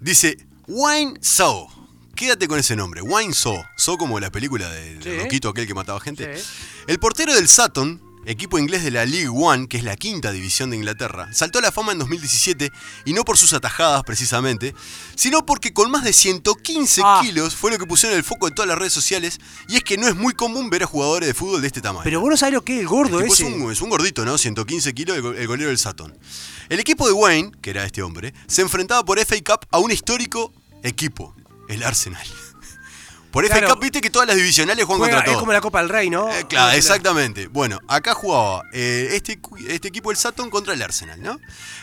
Dice, Wine Saw. Quédate con ese nombre, Wine Saw. Saw como la película del
Sí.
loquito aquel que mataba gente.
Sí.
El portero del Sutton, equipo inglés de la League One, que es la quinta división de Inglaterra, saltó a la fama en 2017 y no por sus atajadas precisamente, sino porque con más de 115
Ah.
kilos fue lo que pusieron el foco en todas las redes sociales y es que no es muy común ver a jugadores de fútbol de este tamaño.
Pero vos no sabés lo que es el gordo
El tipo
ese.
Es, un, es un gordito, ¿no? 115 kilos, el, go- el golero del Satón. El equipo de Wayne, que era este hombre, se enfrentaba por FA Cup a un histórico equipo, el Arsenal. Por FA
Claro.
Cup, viste que todas las divisionales juegan
Juega-
contra
es
todos.
como la Copa del Rey, ¿no?
Eh, claro,
Ah,
exactamente. Bueno, acá jugaba eh, este, cu- este equipo, el Saturn, contra el Arsenal, ¿no?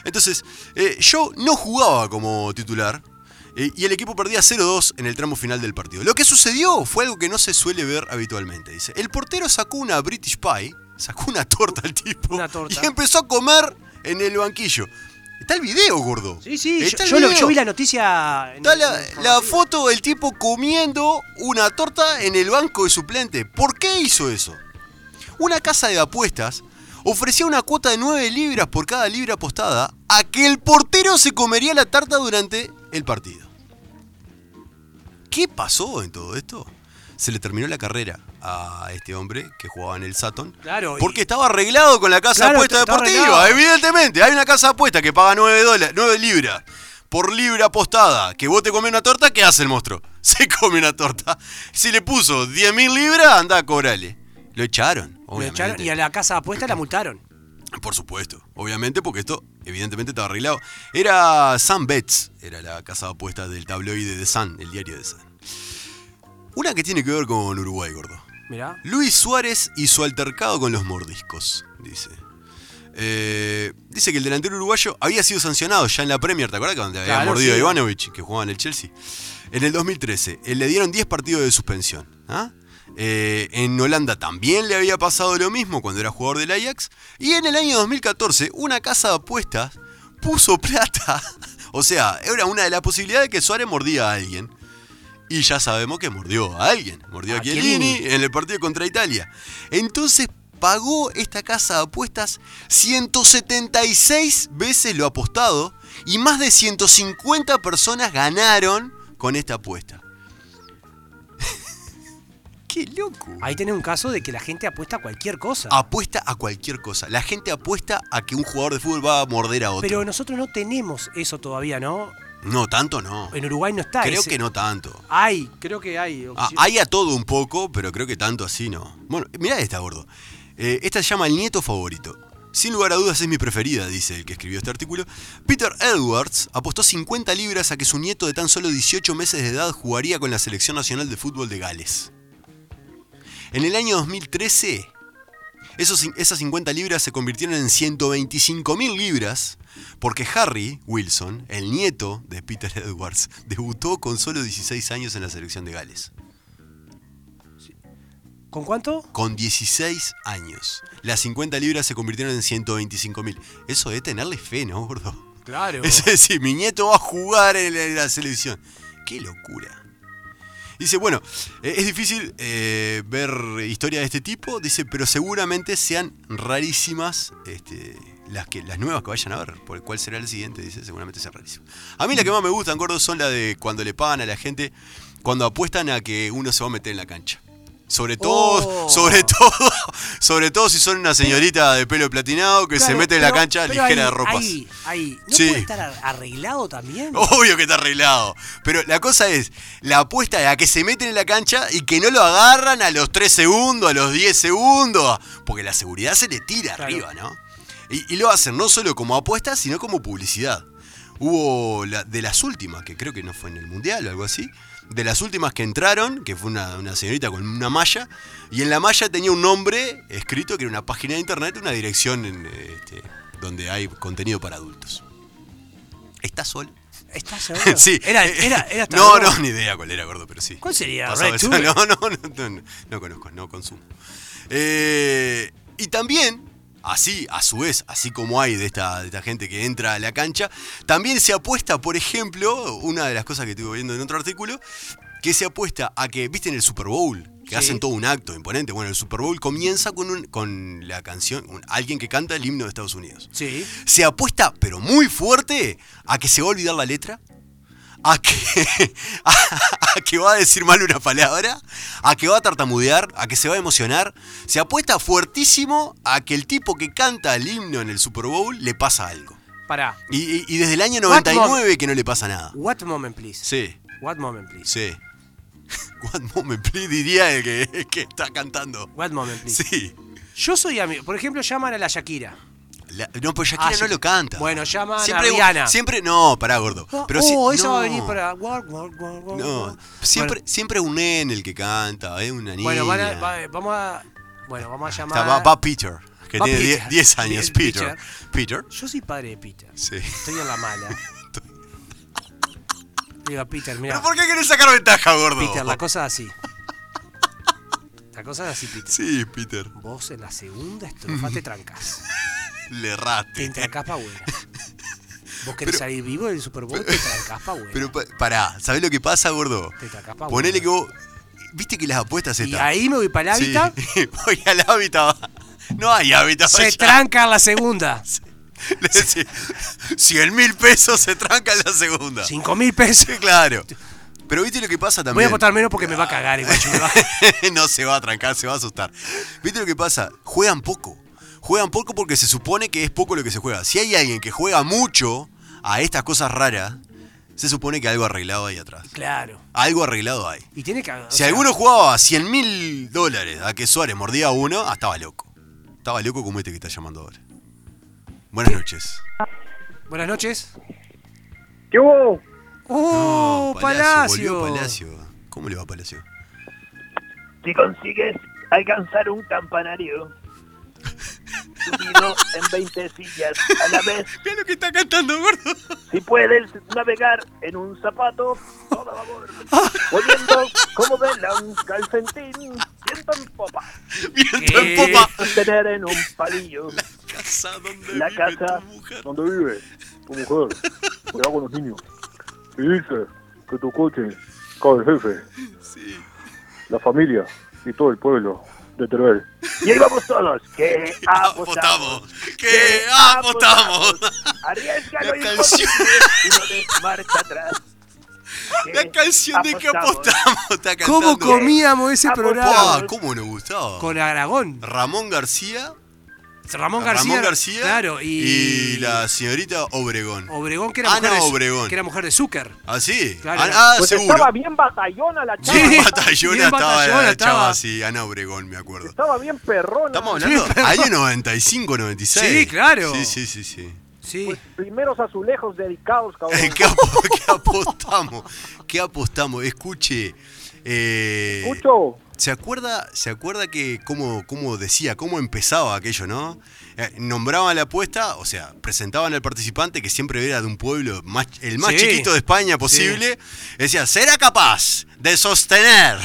Entonces, eh, yo no jugaba como titular eh, y el equipo perdía 0-2 en el tramo final del partido. Lo que sucedió fue algo que no se suele ver habitualmente. Dice, el portero sacó una British Pie, sacó una torta al tipo
Una torta.
y empezó a comer en el banquillo. Está el video, gordo.
Sí, sí, yo,
Está el
yo lo-
video.
yo vi la noticia. en-
Está la,
en-
la foto del tipo comiendo una torta en el banco de suplente. ¿Por qué hizo eso? Una casa de apuestas ofrecía una cuota de 9 libras por cada libra apostada a que el portero se comería la tarta durante el partido. ¿Qué pasó en todo esto? Se le terminó la carrera a este hombre que jugaba en el Saturn.
Claro, y-
Porque estaba arreglado con la casa
Claro,
apuesta
estaba
deportiva.
arreglado.
Evidentemente, hay una casa de apuesta que paga 9, dólares, 9 libras por libra apostada. Que vos te comes una torta, ¿qué hace el monstruo? Se come una torta. Si le puso 10 mil libras, anda, cobrale. Lo echaron,
Lo
obviamente.
echaron y a la casa de apuestas la multaron.
Por supuesto, obviamente, porque esto evidentemente estaba arreglado. Era Sun Bets, era la casa de apuestas del tabloide de Sun, el diario de Sun. Una que tiene que ver con Uruguay, gordo.
Mirá.
Luis Suárez y su altercado con los mordiscos, dice. Eh, dice que el delantero uruguayo había sido sancionado ya en la Premier, ¿te acuerdas? Cuando había
Claro,
mordido
sí.
a Ivanovic, que jugaba en el Chelsea. En el 2013, eh, le dieron 10 partidos de suspensión. ¿ah? Eh, en Holanda también le había pasado lo mismo cuando era jugador del Ajax. Y en el año 2014, una casa de apuestas puso plata. O sea, era una de las posibilidades de que Suárez mordía a alguien. Y ya sabemos que mordió a alguien. Mordió a,
A
Chiellini,
Chiellini.
en el partido contra Italia. Entonces pagó esta casa de apuestas 176 veces lo apostado y más de 150 personas ganaron con esta apuesta. ¡Qué loco!
Ahí tenés un caso de que la gente apuesta a cualquier cosa.
Apuesta a cualquier cosa. La gente apuesta a que un jugador de fútbol va a morder a otro.
Pero nosotros no tenemos eso todavía, ¿no?
No, tanto no.
En Uruguay no está
Creo
ese-
que no tanto.
Hay, creo que hay.
Ah, hay a todo un poco, pero creo que tanto así no. Bueno, mirá esta, gordo. Eh, esta se llama El Nieto Favorito. Sin lugar a dudas es mi preferida, dice el que escribió este artículo. Peter Edwards apostó 50 libras a que su nieto de tan solo 18 meses de edad jugaría con la Selección Nacional de Fútbol de Gales. En el año 2013, esos- esas 50 libras se convirtieron en 125.000 libras porque Harry Wilson, el nieto de Peter Edwards, debutó con solo 16 años en la selección de Gales.
¿Con cuánto?
Con 16 años. Las 50 libras se convirtieron en 125.000. Eso de tenerle fe, ¿no, gordo?
Claro.
Es decir, mi nieto va a jugar en la, en la selección. ¡Qué locura! Dice, bueno, eh, es difícil eh, ver historias de este tipo, dice, pero seguramente sean rarísimas este, las, que, las nuevas que vayan a ver. Por cuál será el siguiente, dice, seguramente sean rarísimas. A mí la que más me gustan, gordo, son las de cuando le pagan a la gente, cuando apuestan a que uno se va a meter en la cancha. Sobre todo,
Oh.
sobre todo, sobre todo si son una señorita de pelo platinado que se
Claro,
mete en la
pero-
cancha
pero
ligera
ahí-
de ropas.
Ahí, ahí. ¿No
Sí. Oh,
puede estar ar- arreglado también?
Obvio que está arreglado. Pero la cosa es, la apuesta es a que se meten en la cancha y que no lo agarran a los 3 segundos, a los 10 segundos. Porque la seguridad se le tira
Claro.
arriba, ¿no? Y, y lo hacen no solo como apuesta, sino como publicidad. Hubo la- de las últimas, que creo que no fue en el Mundial o algo así, de las últimas que entraron, que fue una, una señorita con una malla, y en la malla tenía un nombre escrito que era una página de internet, una dirección en, eh, este, donde hay contenido para adultos. ¿Está solo?
¿Estás seguro?
Sí.
Era,
eh,
era, era hasta
no,
luego.
no, ni idea cuál era, gordo, pero sí.
¿Cuál sería?
Pasaba
Red
eso.
Tube.
No, no, no, no, no, no conozco, no consumo. Eh, y también, así, a su vez, así como hay de esta, de esta gente que entra a la cancha, también se apuesta, por ejemplo, una de las cosas que estuve viendo en otro artículo, que se apuesta a que, viste, en el Super Bowl, que
Sí.
hacen todo un acto imponente. Bueno, el Super Bowl comienza con, un- con la canción, un- alguien que canta el himno de Estados Unidos
Sí.
se apuesta, pero muy fuerte, a que se va a olvidar la letra, a que, a, a que va a decir mal una palabra, a que va a tartamudear, a que se va a emocionar. Se apuesta fuertísimo a que el tipo que canta el himno en el Super Bowl le pasa algo.
Pará.
Y, y- y desde el año
What
99 que no le pasa nada.
What moment, please.
Sí,
What moment, please.
sí. What moment, please, diría el que, el que está cantando.
What moment, please.
Sí.
Yo soy amigo. Por ejemplo, llaman a la Shakira.
La- no, pues Shakira
Ah,
no
sí.
lo canta.
Bueno, llaman a
siempre,
Rihanna.
Siempre, no, pará, gordo. Pero
oh,
si-
esa va a venir
no.
para. Work, work, work, work,
No,
work.
siempre, siempre un nene el que canta, es una niña.
Bueno, bueno, van a- va- vamos a. Bueno, vamos a llamar.
Está- va, va Peter, que
Va
tiene
Peter.
10 10 años,
Bien,
Peter. Peter.
Yo soy padre de Peter.
Sí.
Estoy en la mala. Digo, Peter, mira.
¿Pero por qué querés sacar ventaja, gordo?
Peter, la cosa es así. La cosa es así, Peter.
Sí, Peter,
Vos en la segunda estrofa te trancas.
le
Te
erraste.
trancás pa' abuela. Vos querés salir vivo del Super Bowl, te trancás pa' abuela.
Pero pa- pará, ¿sabés lo que pasa, gordo?
Te trancás pa'
Ponele
abuela.
que vos. ¿Viste que las apuestas
Y
están?
ahí me voy para el
Sí,
hábitat,
voy al hábitat. va. No hay hábitat.
se
allá.
tranca en la segunda.
Le decís, 100 mil pesos se tranca en la segunda.
Cinco mil pesos.
Sí, claro. Pero viste lo que pasa también.
Voy a apostar menos porque me va a cagar el guacho, me va-
no se va a trancar, se va a asustar. ¿Viste lo que pasa? Juegan poco. Juegan poco porque se supone que es poco lo que se juega. Si hay alguien que juega mucho a estas cosas raras, se supone que algo arreglado hay atrás.
Claro.
Algo arreglado hay.
Y tiene que. o
Si
sea,
alguno jugaba a 100 mil dólares a que Suárez mordía a uno, ah, estaba loco. Estaba loco como este que está llamando ahora. Buenas noches.
Buenas noches.
¿Qué hubo?
¡Oh,
No,
Palacio!
volvió Palacio. ¿Cómo le va a Palacio?
Si consigues alcanzar un campanario subido en 20 sillas a la vez,
Mira lo que está cantando, gordo.
si puedes navegar en un zapato, todo a favor, volviendo como vela un calcentín, viento en popa,
Viento en
¿Qué?
popa.
tener en un palillo
Casa donde
la
vive
casa
tu mujer.
donde vive tu mujer, cuidado con los niños, y dice que tu coche cae el jefe,
Sí.
la familia y todo el pueblo de Teruel. Y ahí vamos todos, que apostamos.
Apostamos. Que apostamos.
Arriesga
La
lo imposible
canción.
y no des marcha atrás.
La canción de que apostamos. Está cantando.
¿Cómo comíamos ese
Ah, por
programa?
Buah, ¿Cómo nos gustaba?
Con Aragón.
Ramón García
Ramón
Ramón
García.
García
Claro, y,
y la señorita Obregón.
Obregón, que era,
Ana
mujer de,
Obregón.
que era mujer de Zucker.
¿Ah, sí?
Claro.
Ana- Ah,
Pues
seguro.
estaba bien batallona la chava.
Sí,
bien
batallona estaba
batallona
la chava
estaba.
así, Ana Obregón, me acuerdo.
Estaba bien perrona.
Estamos hablando
pero-
año 95, 96.
Sí, claro.
Sí, sí, sí, sí. Eh,
Sí.
Pues, primeros azulejos dedicados, cabrón.
¿Qué, apo- qué apostamos? ¿Qué apostamos? Escuche. eh,
Escucho.
¿Se acuerda, se acuerda que cómo, cómo decía, cómo empezaba aquello, no? Eh, nombraban la apuesta, o sea, presentaban al participante que siempre era de un pueblo más, el más
Sí.
chiquito de España posible. Decía, ¿será capaz de sostener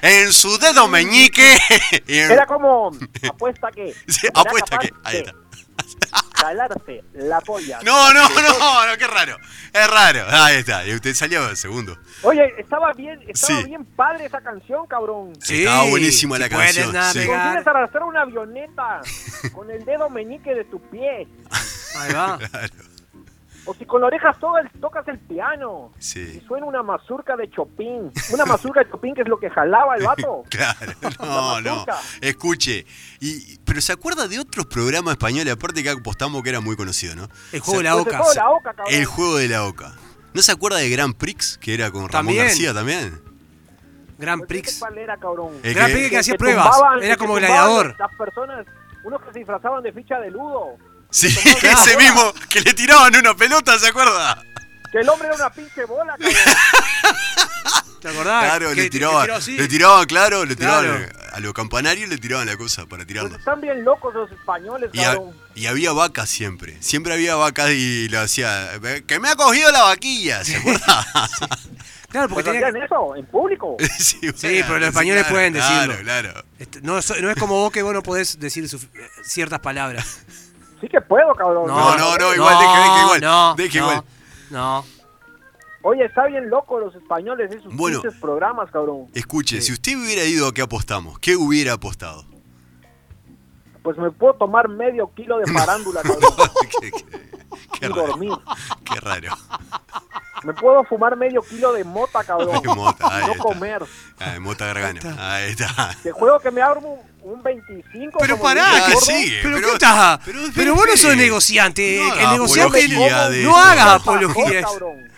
en su dedo meñique? y en-
Era como apuesta que.
Sí,
era
apuesta
capaz
que. Ahí
de
está.
Jalarse la polla.
No, no, no, no, qué raro. Es raro. Ahí está. Y usted salió el segundo.
Oye, estaba bien, estaba
Sí.
bien padre esa canción, cabrón.
Sí,
Estaba buenísima
si
la
puedes
canción, sí.
Consigues
navegar.
arrastrar una avioneta con el dedo meñique de tu pie.
Ahí va.
O si con la oreja toda el- tocas el piano.
Sí.
Y suena una mazurca de Chopin. Una mazurca de Chopin que es lo que jalaba el vato.
Claro, no, no.
mazorca.
Escuche. Y, pero ¿se acuerda de otros programas españoles? Aparte que apostamos que era muy conocido, ¿no?
El juego
Se-
de la
Pues de
oca.
todo la oca, cabrón.
El juego de la Oca. ¿No se acuerda de Grand Prix? Que era con Ramón
También.
García también.
Gran
Pues, ¿este
Prix.
¿Cuál era, cabrón?
El
Gran
que-
Prix que hacía
que
pruebas.
tumbaban-
Era
que
como
tumbaban
gladiador.
Las personas, unos que se disfrazaban de ficha de ludo.
Sí,
Claro.
ese mismo que le tiraban una pelota, ¿se acuerda?
Que el hombre era una pinche bola, cabrón.
¿Te Este, acordás?
Claro,
Ah, Que-
le
que
tiraban.
tiró así.
Le tiraban, claro, le tiraban
Claro.
a los campanarios le tiraban la cosa para
Pues
tirarla.
están bien locos los españoles,
Y, ha-
cabrón.
y había vacas siempre. Siempre había vacas y lo hacía. "Eh, ¡Que me ha cogido la vaquilla! ¿Se acuerda?
Claro, porque
Pues
tenía
hacían eso en público.
sí,
pero los españoles pueden decirlo.
Claro, claro.
Este, No, so- no es como vos que vos no podés decir su- ciertas palabras.
Sí que puedo, cabrón.
No, no, no, igual, deje, deje igual,
No,
deje
no,
igual.
No.
Oye, está bien loco los españoles esos
Bueno.
pinches programas, cabrón.
Eh.
Escuche, si usted hubiera ido a qué apostamos, ¿qué hubiera apostado?
Pues me puedo tomar medio kilo de farándula, cabrón.
qué, qué- qué
y
raro.
dormir.
Qué raro.
Me puedo fumar medio kilo de mota, cabrón.
De mota, ahí
y no
está.
comer.
Ah, mota gargana. Ahí está.
Te juego que me abro un, un 25.
Pero
como
pará,
dice el
que
gordo.
sigue.
Pero,
pero-
¿qué estás? Pero,
pero-
vos no
espere.
sos negociante.
No haga
el negociante
apología de
no
eso.
hagas
Bajó,
apología.
cabrón.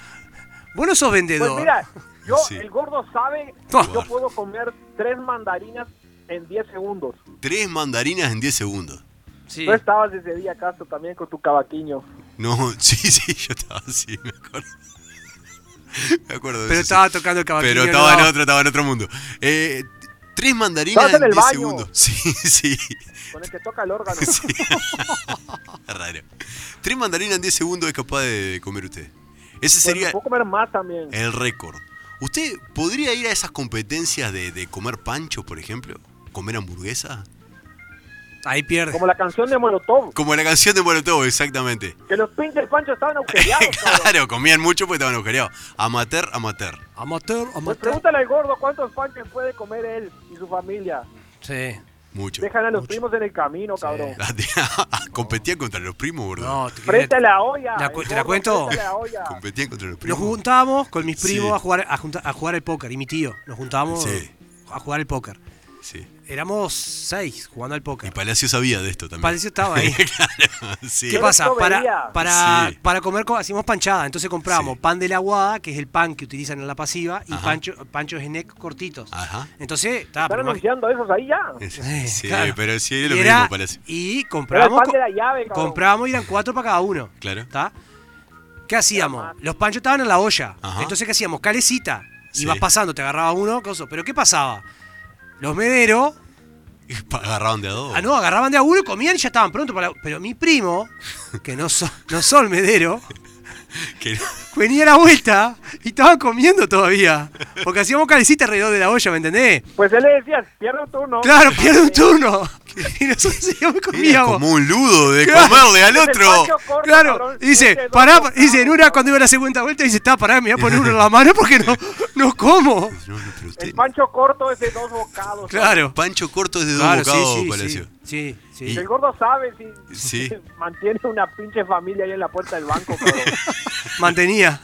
Vos no sos vendedor.
Pues mira, yo,
Sí.
el gordo sabe que
Toma.
yo puedo comer tres mandarinas en 10 segundos.
Tres mandarinas en 10 segundos.
Sí.
Tú estabas ese día, Castro, también con tu cabaquiño.
No, sí, sí, yo estaba así, me acuerdo. Me acuerdo de
Pero
eso, sí.
estaba tocando el caballo.
Pero estaba en otro, estaba en otro mundo. Eh, tres mandarinas
Estabas en el
10
baño.
segundos. Sí, sí.
Con el que toca el órgano. Pues
sí. Raro. Tres mandarinas en 10 segundos es capaz de comer usted. Ese
Pues
sería Eh.
puedo comer más también.
el récord. ¿Usted podría ir a esas competencias de, de comer pancho, por ejemplo? ¿Comer hamburguesa?
Ahí pierde.
Como la canción de Molotov.
Como la canción de Molotov, exactamente.
Que los pinches panchos estaban agujereados, cabrón. Pues
Claro, comían mucho porque estaban agujereados. Amateur, amateur.
Amateur,
Pues
amateur.
pregúntale al gordo cuántos panchos puede comer él y su familia.
Sí.
Mucho. Ah,
Dejan a los primos en el camino, cabrón.
Competían contra los primos, gordo.
No, te
Frente a
quería-
la olla.
La
el
cu- ¿te
gordo,
la cuento?
frente a la olla.
Competían contra los primos.
Nos juntábamos con mis primos
Sí.
a jugar a, junta- a jugar al póker y mi tío. Nos juntábamos
Sí.
a jugar al póker.
Sí.
Éramos seis jugando al
Y
póker.
Palacio sabía de esto también.
Palacio estaba ahí.
Claro, sí.
¿Qué
Yo
pasa?
los
Para,
proveía.
para,
Sí.
para comer co- hacíamos panchada. Entonces compramos
Sí.
pan de la guada, que es el pan que utilizan en la pasiva, y
Ajá. Ah.
pancho, panchos de neck cortitos.
Ajá.
Entonces, ta,
Están
pero imagi-
anunciando esos ahí ya.
Eh,
Sí,
claro.
pero sí es lo
Y era-
mismo, Palacio.
Y
Era el
compramos,
pan de la llave, cabrón.
compramos y eran cuatro para cada uno.
Claro.
¿tá? ¿Qué hacíamos? Los panchos estaban en la olla.
Ajá.
Entonces, ¿qué hacíamos? Calecita.
Sí.
Ibas pasando, te agarraba uno, coso. Pero ¿qué pasaba? Los mederos
Y pa- Agarraban de adobo.
Ah, no, agarraban de a uno, comían y ya estaban pronto para la- Pero mi primo, que no, so- no son medero,
Que no-
venía a la vuelta y estaban comiendo todavía. Porque hacíamos calecita alrededor de la olla, ¿me entendés?
Pues él le decía, pierde un turno.
Claro, pierde un turno. Y nosotros seguíamos
Era
comíamos.
como un ludo de
Claro.
comerle al
Ese
otro.
pancho corto,
Claro,
cabrón, Este,
dice,
mete dos
pará,
bocados,
dice, en una
cabrón.
cuando iba a la segunda vuelta, dice, está, pará, me voy a poner uno en la mano porque no, no como.
No, no, pero usted-
El pancho corto es de dos bocados.
Claro,
Pancho corto es de
claro,
dos bocados,
sí, sí,
Palacio.
sí, sí, sí.
Y-
El gordo sabe si,
Sí.
si mantiene una pinche familia ahí en la puerta del banco, cabrón.
Mantenía.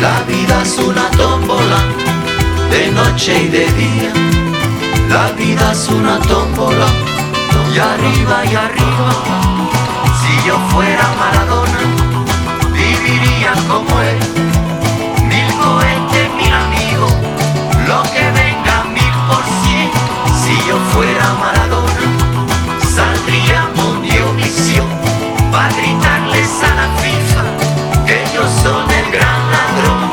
La vida es una tómbola, de noche y de día. La vida es una tómbola, y arriba y arriba. Si yo fuera Maradona, viviría como él. Mil cohetes, mil amigos, lo que venga mil por cien. Si yo fuera Maradona, saldría Mundial Misión para gritarles a la FIFA que ellos son el gran ladrón.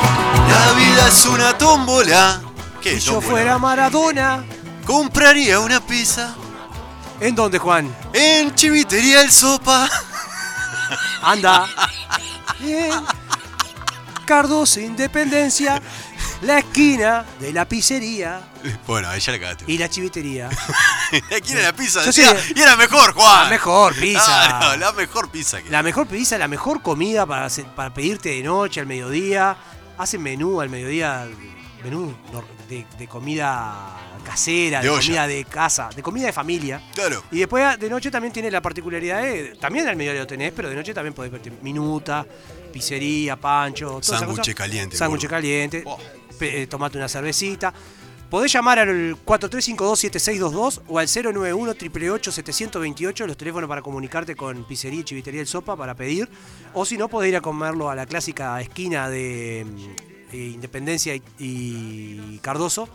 La vida es una tómbola. ¿Qué
Si yo
tómbola?
fuera Maradona.
Compraría una pizza
¿En dónde, Juan?
en Chivitería El Sopa.
Anda. Bien. Cardoso, Independencia. La esquina de la pizzería
Bueno, ahí ya la cagaste.
y la chivitería.
Aquí era la pizza,
Yo
decía,
sí.
y era mejor, Juan.
La mejor pizza.
Claro, la mejor pizza que
La mejor pizza, la mejor comida para, hacer- para pedirte de noche, al mediodía. Hacen menú al mediodía, menú nor- de, de comida casera,
De
de,
olla.
comida de casa, de comida de familia.
Claro.
Y después ah, de noche también tiene la particularidad de. También al mediodía lo tenés, pero de noche también podés verte minuta, pizzería, pancho, todas esas
Sándwiches
cosas.
calientes,
Sándwiches
gordo.
calientes.
Oh.
pe- eh, tomate una cervecita. Podés llamar al 4352-7622 o al 091-888-728, los teléfonos para comunicarte con Pizzería y Chivitería El Sopa para pedir. O si no, podés ir a comerlo a la clásica esquina de mm, eh, Independencia y, y Cardoso,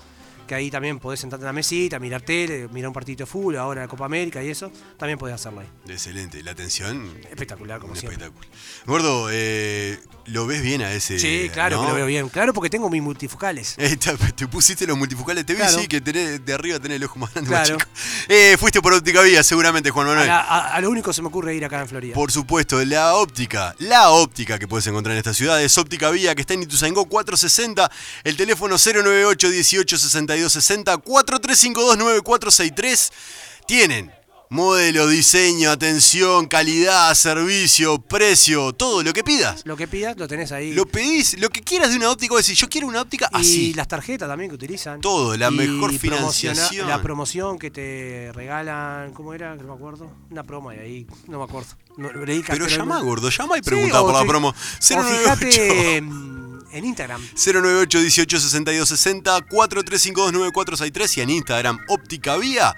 que ahí también podés sentarte en la mesita, mirar tele, mirar un partidito de fútbol, ahora la Copa América y eso. También podés hacerlo ahí.
Excelente, la atención.
Espectacular, como
un
siempre.
espectáculo. Gordo, eh, ¿lo ves bien a ese?
Sí, claro
¿no?
que lo veo bien. Claro, porque tengo mis multifocales.
Eh, Te, te pusiste los multifocales, te vi,
Claro.
sí, que tenés- de arriba tenés el ojo más grande, más
Claro.
chico. Eh, fuiste por óptica vía, seguramente, Juan
A,
Manuel.
la- a- a lo único se me ocurre ir acá en Florida.
eh. Por supuesto, la óptica, la óptica que puedes encontrar en esta ciudad es Óptica Vía, que está en Ituzaingó 460, el teléfono 098 18 62 60 4352 9463. Tienen modelo, diseño, atención, calidad, servicio, precio, todo lo que pidas.
Lo que pidas lo tenés ahí.
Lo pedís, lo que quieras de una óptica, decís, yo quiero una óptica
y
así.
las tarjetas también que utilizan.
Todo, la
Y
mejor
promociona-
financiación.
La promoción que te regalan, ¿cómo era? No me acuerdo. Una promo de ahí, no me acuerdo. No, leí
Pero
cartel-
llama, gordo, llama y
Sí,
pregunta
o
por la
fi-
promo.
O
098.
fíjate mm, en Instagram.
098 18 62 60 4352 9463 y en Instagram Óptica Vía.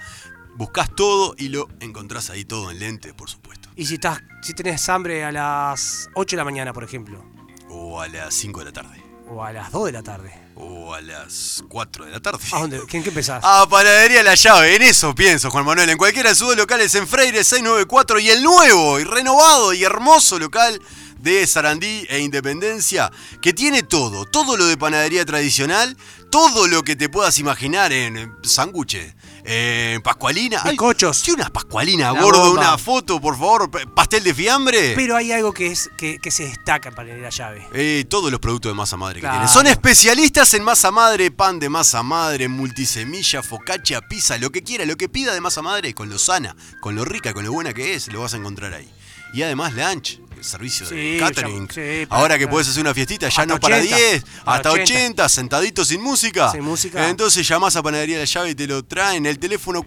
Buscás todo y lo encontrás ahí todo en lente, por supuesto.
Y si, estás, si tenés hambre a las 8 de la mañana, por ejemplo,
O a las 5 de la tarde.
o a las 2 de la tarde,
O a las 4 de la tarde.
¿a dónde? ¿En qué empezás?
A Ah, Panadería La Llave, en eso pienso, Juan Manuel. En cualquiera de sus dos locales en Freire 694 y el nuevo y renovado y hermoso local de Sarandí e Independencia, que tiene todo, todo lo de panadería tradicional, todo lo que te puedas imaginar en eh, sándwiches, en pascualina. Hay-
Bizcochos.
Sí, una pascualina,
La
gordo,
bomba.
una foto, por favor, p- pastel de fiambre.
Pero hay algo que, es, que, que se destaca para la llave.
Eh, todos los productos de masa madre que
Claro.
tienen. Son especialistas en masa madre, pan de masa madre, multisemilla, focacha, pizza, lo que quiera, lo que pida de masa madre, con lo sana, con lo rica, con lo buena que es, lo vas a encontrar ahí. Y además lunch, el servicio de
Sí,
catering.
ya- sí, para-
Ahora que
para-
puedes hacer una fiestita, ya
Hasta
no para
80,
10,
para
hasta 80,
80.
sentadito sin música.
Sin música.
Entonces llamás a Panadería La Llave y te lo traen. El teléfono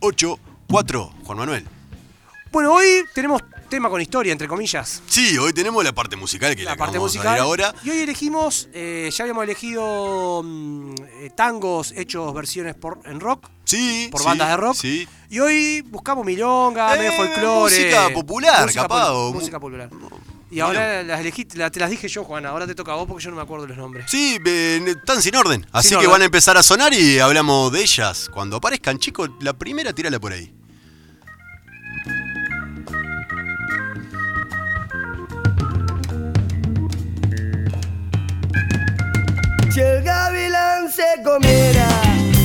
4352-7384-4352-7384. Juan Manuel.
Bueno, hoy tenemos tema con historia, entre comillas.
Sí, hoy tenemos la parte musical que la,
la parte
acabamos de
musical.
oír ahora.
Y hoy elegimos, eh, ya habíamos elegido mm, eh, tangos hechos versiones por, en rock,
Sí,
por
sí,
bandas de rock.
Sí.
Y hoy buscamos milonga,
Eh,
medio folclore.
música popular,
música
capaz,
pop-
o mu-
música popular. Y
Bueno.
ahora las elegiste, la- te las dije yo, Juana. Ahora te toca a vos porque yo no me acuerdo los nombres.
Sí, eh, están sin orden. Así
Sin
que
orden.
van a empezar a sonar y hablamos de ellas. Cuando aparezcan, chicos, la primera tírala por ahí.
Si el gavilán se comiera,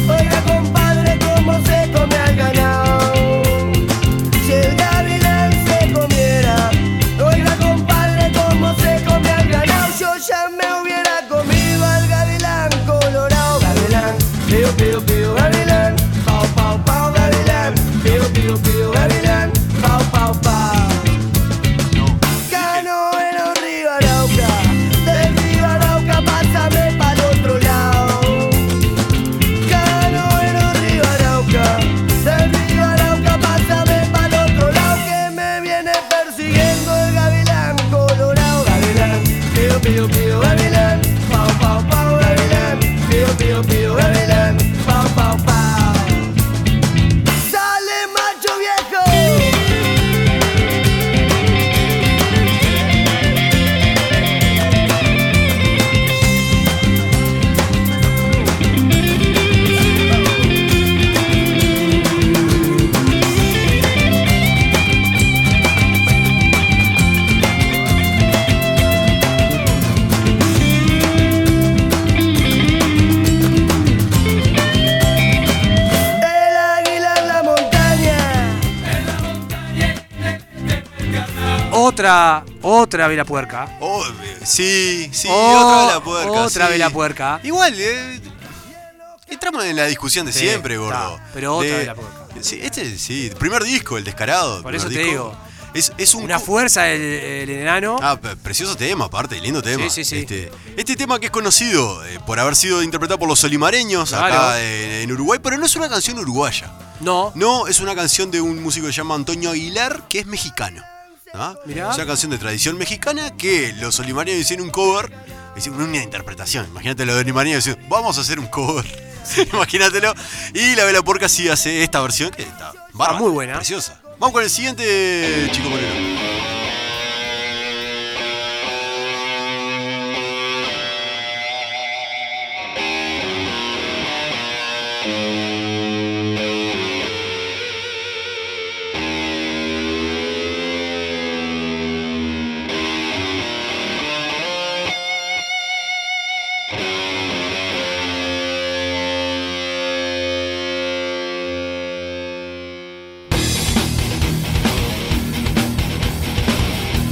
oiga compadre, cómo se come al ganado. Si el gavilán se comiera, oiga compadre, cómo se come al ganado. Yo ya me hubiera comido al gavilán colorado, gavilán, pío, pío, pío, gavilán, pau, pau, pau, gavilán, pío, pío, pío, gavilán, pau, pau, pau. Cano en los ríos Arauca, del río Arauca pásame para otro lado. Cano en los ríos Arauca, del río Arauca pásame para otro lado que me viene persiguiendo el gavilán colorado. Gavilán, pío pío pío gavilán, pau pau pau gavilán, pío pío pío gavilán, pau pau pau. Sale macho viejo. El águila en la montaña.
Otra, otra vela puerca.
Oh, eh, sí, sí,
Oh,
otra vela puerca.
otra
sí.
vela puerca.
Igual, eh, entramos en la discusión de
Sí,
siempre,
está,
gordo.
pero otra
De-
vela puerca.
Sí, este sí, primer disco, El Descarado.
Por
primer
eso te
disco.
digo.
Es, es un
Una
co-
fuerza el, el enano.
Ah, pre- precioso tema, aparte, lindo tema.
Sí, sí, sí.
Este, este tema que es conocido eh, por haber sido interpretado por los solimareños
Claro.
acá eh, en Uruguay, pero no es una canción uruguaya.
no.
No, es una canción de un músico que se llama Antonio Aguilar, que es mexicano. ¿ah?
Mirá.
Es una canción de tradición mexicana que los olimareños hicieron un cover, hicieron una interpretación. Imagínate los olimareños diciendo, vamos a hacer un cover. Imagínatelo. Y la Vela Porca sí hace esta versión que está bárbara,
muy buena.
Preciosa. Vamos con el siguiente, chico bolero.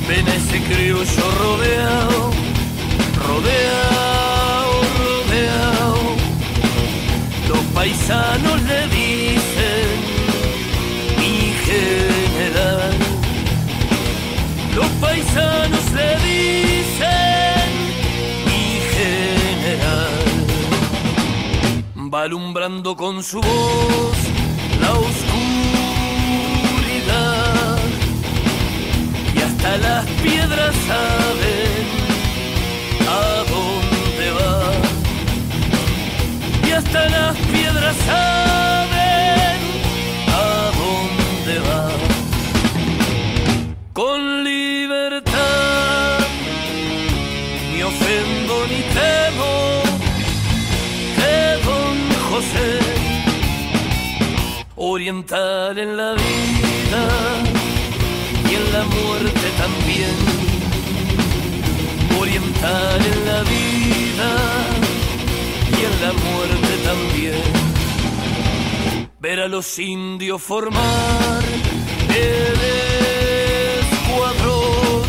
Ven a ese criollo rodeado, rodeado, rodeado. Los paisanos le dicen, mi general. Los paisanos le dicen, mi general. Va alumbrando con su voz la oscuridad y hasta las piedras saben a dónde va. Y hasta las piedras saben a dónde va. Con libertad, ni ofendo ni temo que don José oriental en la vida y en la muerte también. Oriental en la vida y en la muerte también. Ver a los indios formar el escuadrón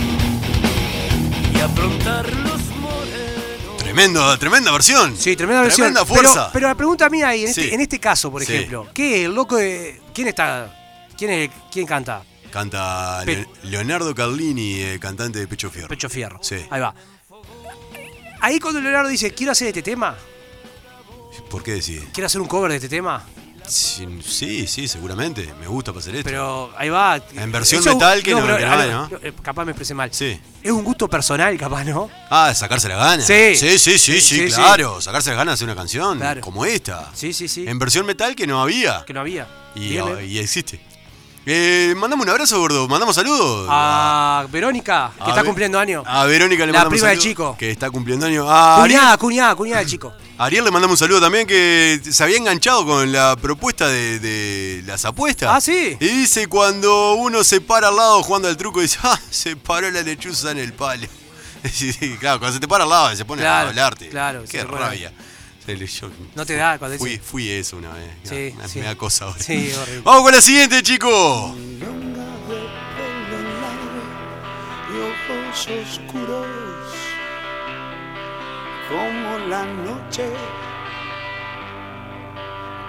y aprontar los morenos.
Tremendo, tremenda versión.
Sí, tremenda versión.
Tremenda
Pero-
fuerza.
Pero, la pregunta mía ahí, en,
Sí.
este, en este caso, por
Sí.
ejemplo, ¿qué el loco de. ¿Quién está? ¿Quién, es, quién canta?
Canta
Pe-
Leo- Leonardo Carlini, eh, cantante de Pecho Fierro.
Pecho Fierro.
Sí.
Ahí va. Ahí cuando Leonardo dice, quiero hacer este tema,
¿Por qué decide?
quiero hacer un cover de este tema,
Sí, sí, sí, seguramente. Me gusta para hacer esto.
pero ahí va.
En versión
Eso-
metal que no,
pero-
que no hay,
ah,
¿no?
eh, Capaz me expresé mal.
Sí.
Es un gusto personal, capaz, ¿no?
Ah, sacarse las ganas.
Sí.
sí, sí, sí,
Sí,
sí,
sí,
claro. Sacarse las ganas de hacer una canción
Claro.
como esta.
Sí, sí, sí.
En versión metal que no había.
Que no había.
Y,
Bien,
ah,
¿eh?
y existe. Eh, mandamos un abrazo, gordo. Mandamos saludos.
A Verónica, Ah, que
A
está
Ve-
cumpliendo año.
A Verónica le
La
mandamos
prima del
saludos,
chico.
Que está cumpliendo año. Ah, A Ariel,
Cuñada, cuñada, cuñada del chico.
Ariel le mandamos un saludo también que se había enganchado con la propuesta de, de las apuestas.
Ah, sí.
Y dice cuando uno se para al lado jugando al truco, dice, ah, se paró la lechuza en el palo. Sí, sí, claro, cuando se te para al lado se pone a
Claro,
hablarte.
claro,
Qué
se pone-
rabia. Se le- yo-
No te da cuando
Fui,
dice.
fui eso una vez.
Sí,
me,
sí.
me da cosa ahora.
Sí, horrible.
Vamos con la siguiente, chicos.
ojos oscuros como la noche,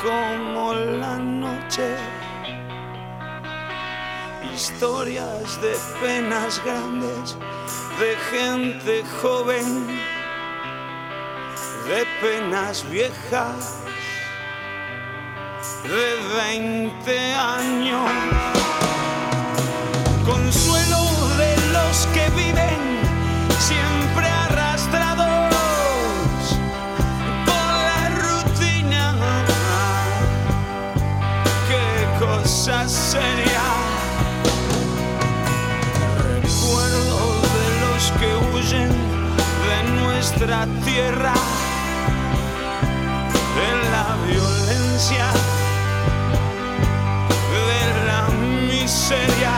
como la noche. Historias de penas grandes, de gente joven, de penas viejas, de 20 años consuelo de los que viven siempre arrastrados por la rutina. Qué cosa seria. Recuerdo de los que huyen de nuestra tierra, de la violencia, de la miseria.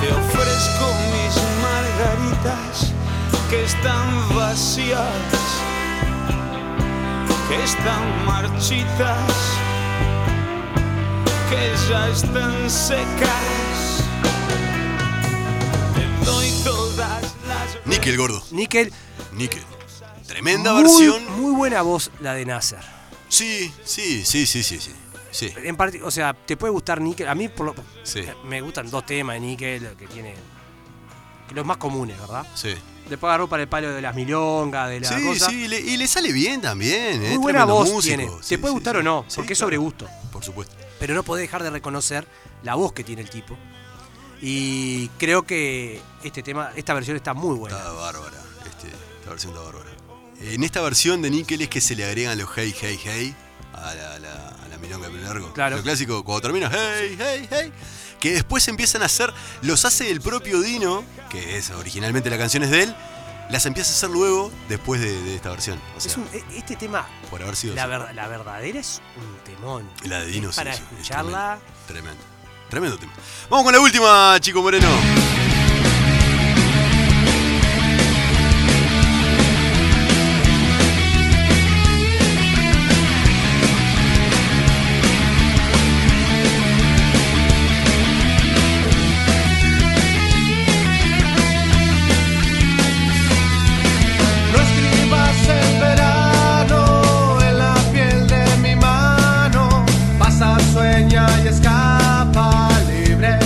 Te ofrezco mis margaritas que están vacías, que están marchitas, que ya están secas. Te doy todas las...
Níquel, gordo.
Nickel,
Níquel. Tremenda
muy,
versión.
muy buena voz la de Nasser.
Sí, sí, sí, sí, sí, sí. Sí,
En parte, o sea, te puede gustar Nickel. A mí por lo-
Sí.
me gustan dos temas de Nickel que tiene. que los más comunes, ¿verdad?
sí.
Después agarró para el palo de las milongas, de la
Sí,
cosa.
sí, le- y le sale bien también.
Muy
eh,
buena
tremendo
voz
músico.
tiene.
Sí,
te puede
sí,
gustar
sí.
o no,
Sí,
porque es
claro,
sobre gusto.
Por supuesto.
Pero no podés dejar de reconocer la voz que tiene el tipo. Y creo que este tema, esta versión está muy buena.
Está bárbara. Este, esta versión está bárbara. En esta versión de Nickel es que se le agregan los hey, hey, hey a la, a la, a la milonga de pelo largo.
Claro.
Lo clásico, cuando termina, hey, hey, hey. Que después empiezan a hacer, los hace el propio Dino, que es originalmente la canción es de él, las empieza a hacer luego después de, de esta versión. O sea,
Es un- e- este tema,
por haber sido.
la,
así.
ver- la verdadera es un temón.
La de Dino
Es
sí,
Para
sí, es
escucharla.
Tremendo. Tremendo tema. Vamos con la última, chico Moreno.
No escribas en verano en la piel de mi mano. Pasa, sueña y escapa libre.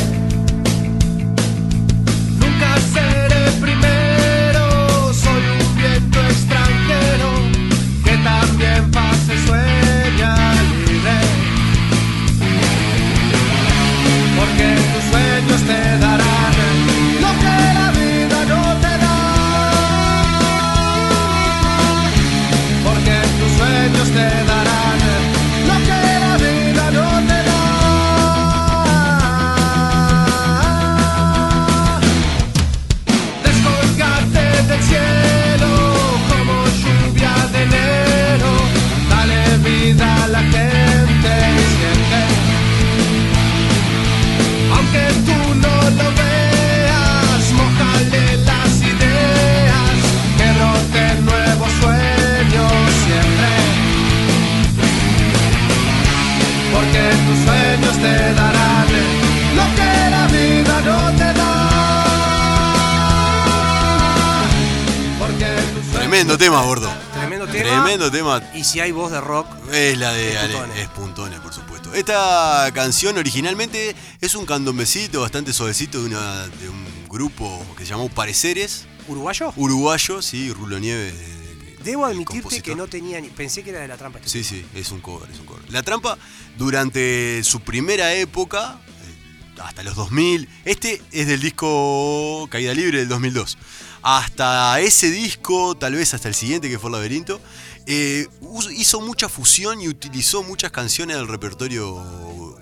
Tremendo tema, gordo.
Tremendo tema.
Tremendo tema.
Y si hay voz de rock,
Es la de
Es
Ale-
Puntone.
es Puntone, por supuesto. Esta canción originalmente es un candombecito bastante suavecito de, una, de un grupo que se llamó Pareceres,
uruguayo,
uruguayo, sí, Rulo Nieves. eh,
debo
el
admitirte que
compositor.
no tenía ni. Pensé que era de la trampa. este
Sí, sí, es un cover, es un cover. La Trampa, durante su primera época, eh, hasta los 2000, este es del disco Caída Libre del 2002. Hasta ese disco, tal vez hasta el siguiente que fue Laberinto, eh, us- hizo mucha fusión y utilizó muchas canciones del repertorio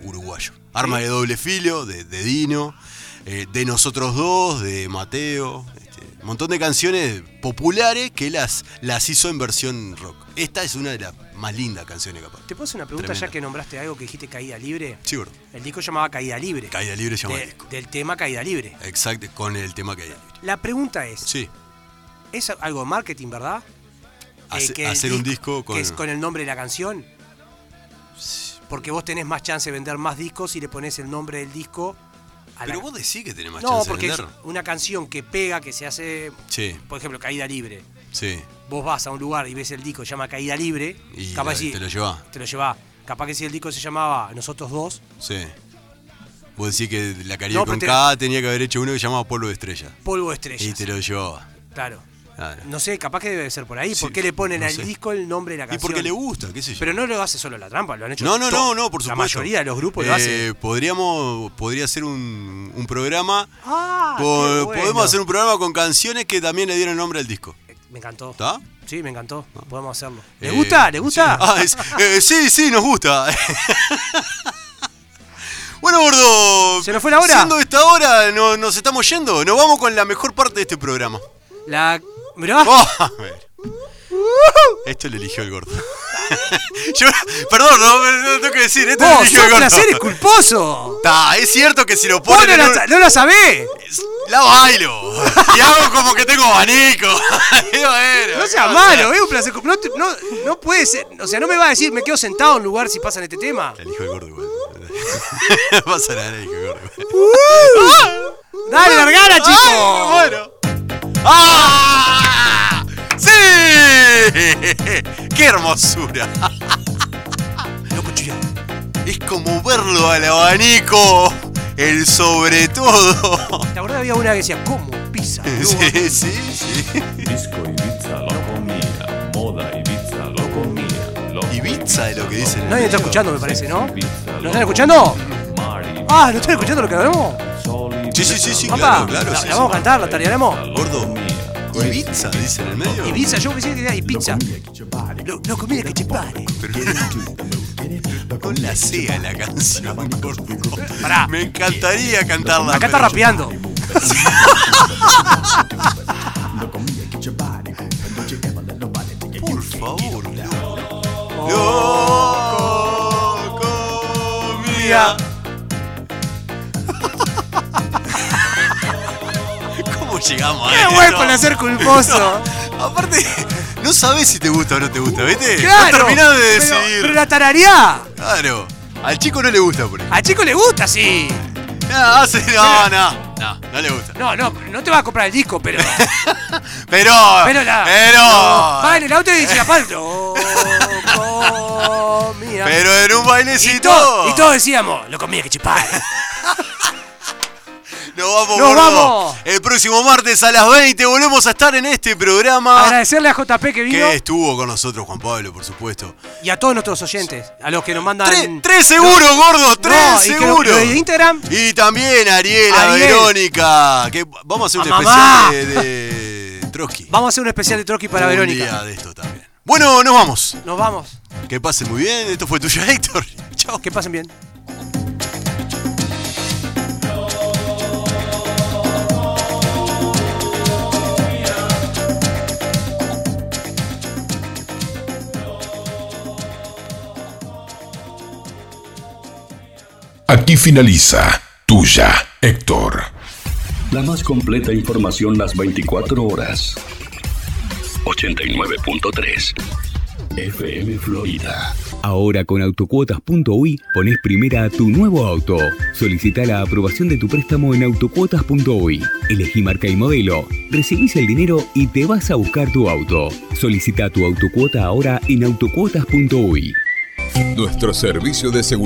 uruguayo. Arma de doble filo, de, de Dino, eh, de Nosotros Dos, de Mateo. este, un montón de canciones populares que las, las hizo en versión rock. Esta es una de las más lindas canciones, capaz.
¿Te puedo hacer una pregunta
Tremendo.
ya que nombraste algo que dijiste caída libre?
Sí, gordo.
El disco se llamaba Caída Libre.
Caída Libre se llama
de-
el disco.
Del tema Caída Libre.
Exacto, con el tema Caída Libre.
La pregunta es,
Sí,
es algo de marketing, ¿verdad?
hace-
Eh, que el
hacer un disco con.
que es con el nombre de la canción. Porque vos tenés más chance de vender más discos si le pones el nombre del disco a la
Pero vos decís que tenés más
No,
chance de
porque es
venderlo.
una canción que pega, que se hace,
Sí,
por ejemplo, Caída Libre.
sí.
Vos vas a un lugar y ves el disco, se llama Caída Libre.
Y
capaz
la-
si
te lo llevás.
te lo llevás. Capaz que si el disco se llamaba Nosotros Dos,
Sí. Vos decís que la Caribe
No, pero
con
te-
K tenía que haber hecho uno que se llamaba Polvo de Estrella.
Polvo de
Y
Estrellas.
te lo llevaba.
Claro.
Claro.
No sé, capaz que debe ser por ahí.
Sí,
¿Por qué le ponen
no
al
sé.
disco el nombre de la
Y
canción?
porque le gusta, qué sé yo.
Pero no lo hace solo la trampa, lo han hecho
no, no,
todo.
no, no, por supuesto.
La mayoría de los grupos lo
Eh,
hacen.
Podríamos, podría hacer un, un programa.
Ah,
Po-
qué bueno.
Podemos hacer un programa con canciones que también le dieron nombre al disco.
Me encantó.
Eh, ¿Está?
Sí, me encantó. Podemos hacerlo. ¿Le
Eh,
gusta? ¿Le gusta?
Sí. Ah, es- eh, sí, sí, nos gusta. bueno, gordo.
¿Se nos fue la hora?
Siendo esta hora, no- nos estamos yendo. Nos vamos con la mejor parte de este programa.
La. Mirá.
Oh, a ver. Esto lo eligió el gordo. Yo- perdón, no, no, no tengo que decir. Esto lo
¡Vos
eligió este el
Oh, sos
gordo.
placeres culposo!
Ta, es cierto que si lo
¡Vos
ponen.
no
en
la,
un-
sa- no la sabés!
La bailo. Y hago como que tengo abanico. Y bueno,
No
¿qué
seas
pasa?
malo, es un placer culposo. No, te- no, no puede ser. O sea, no me vas a decir, me quedo sentado en un lugar si pasan este tema.
La elijo el gordo igual. Pasa nada, la elijo el gordo igual.
¡Dale, Uh. largala, chico!
Ay, me muero. ¡Ah! ¡Sí! ¡Qué hermosura!
Loco, chulla.
Es como verlo al abanico. El sobre todo.
¿Te acordás? Había una que decía, ¿cómo pisa?
Sí, sí, sí.
Disco Ibiza lo comía, moda Ibiza lo comía. Lo
Ibiza es lo que dicen. en el
Nadie está
video.
escuchando, me parece, ¿no?
Ibiza
¿Lo están escuchando? Ah, ¿no están escuchando lo que hablamos?
Sí, sí, sí, sí,
Papá,
claro, claro.
la,
sí,
la
sí.
vamos a cantar, la tarearemos.
Gordo. Ibiza, dice en el medio.
Ibiza, yo pensé que era y pizza. Lo, loco, mira que chepare.
Con la C a la canción, gordo.
Pará.
Me encantaría cantarla.
Acá está
pero-
rapeando.
Eh, Por favor, loco. mía. ¿Cómo llegamos a
¡Qué
esto?
buen placer culposo!
Aparte, no sabes si te gusta o no te gusta, ¿viste?
¡Claro!
No terminás de
Pero-
decidir.
Pero, la tarareá.
Claro. Al chico no le gusta, por ejemplo.
A chico le gusta, sí.
No, hace- no, no, no, no le gusta.
No, no, no te va a comprar el disco, pero.
Pero,
Pero la.
pero,
no, va en el auto y dice la pal. Loco, mira.
pero en un bailecito.
y, todos, y todos decíamos, lo comía que chipar.
Nos vamos,
Nos
gordo.
vamos.
El próximo martes a las 20 volvemos a estar en este programa
Agradecerle a JP que vino
que estuvo con nosotros Juan Pablo, por supuesto.
y a todos nuestros oyentes, a los que nos mandan.
Tres, tres seguros, gordo, tres
No, y que lo-
seguros.
lo de Instagram.
Y también Ariela,
Ariel.
Verónica, que vamos a hacer un
A
especial
mamá.
de, de Trotsky.
Vamos a hacer un especial de Trotsky para
Un
Verónica.
día de esto también. Bueno, nos vamos.
Nos vamos.
Que pasen muy bien. Esto fue tuya, Héctor. Chao.
Que pasen bien.
Aquí finaliza Tuya, Héctor.
La más completa información las 24 horas. 89.3 FM Florida.
Ahora con autocuotas.uy pones primera a tu nuevo auto. Solicita la aprobación de tu préstamo en autocuotas.uy. Elegí marca y modelo. Recibís el dinero y te vas a buscar tu auto. Solicita tu autocuota ahora en autocuotas.uy.
Nuestro servicio de seguridad.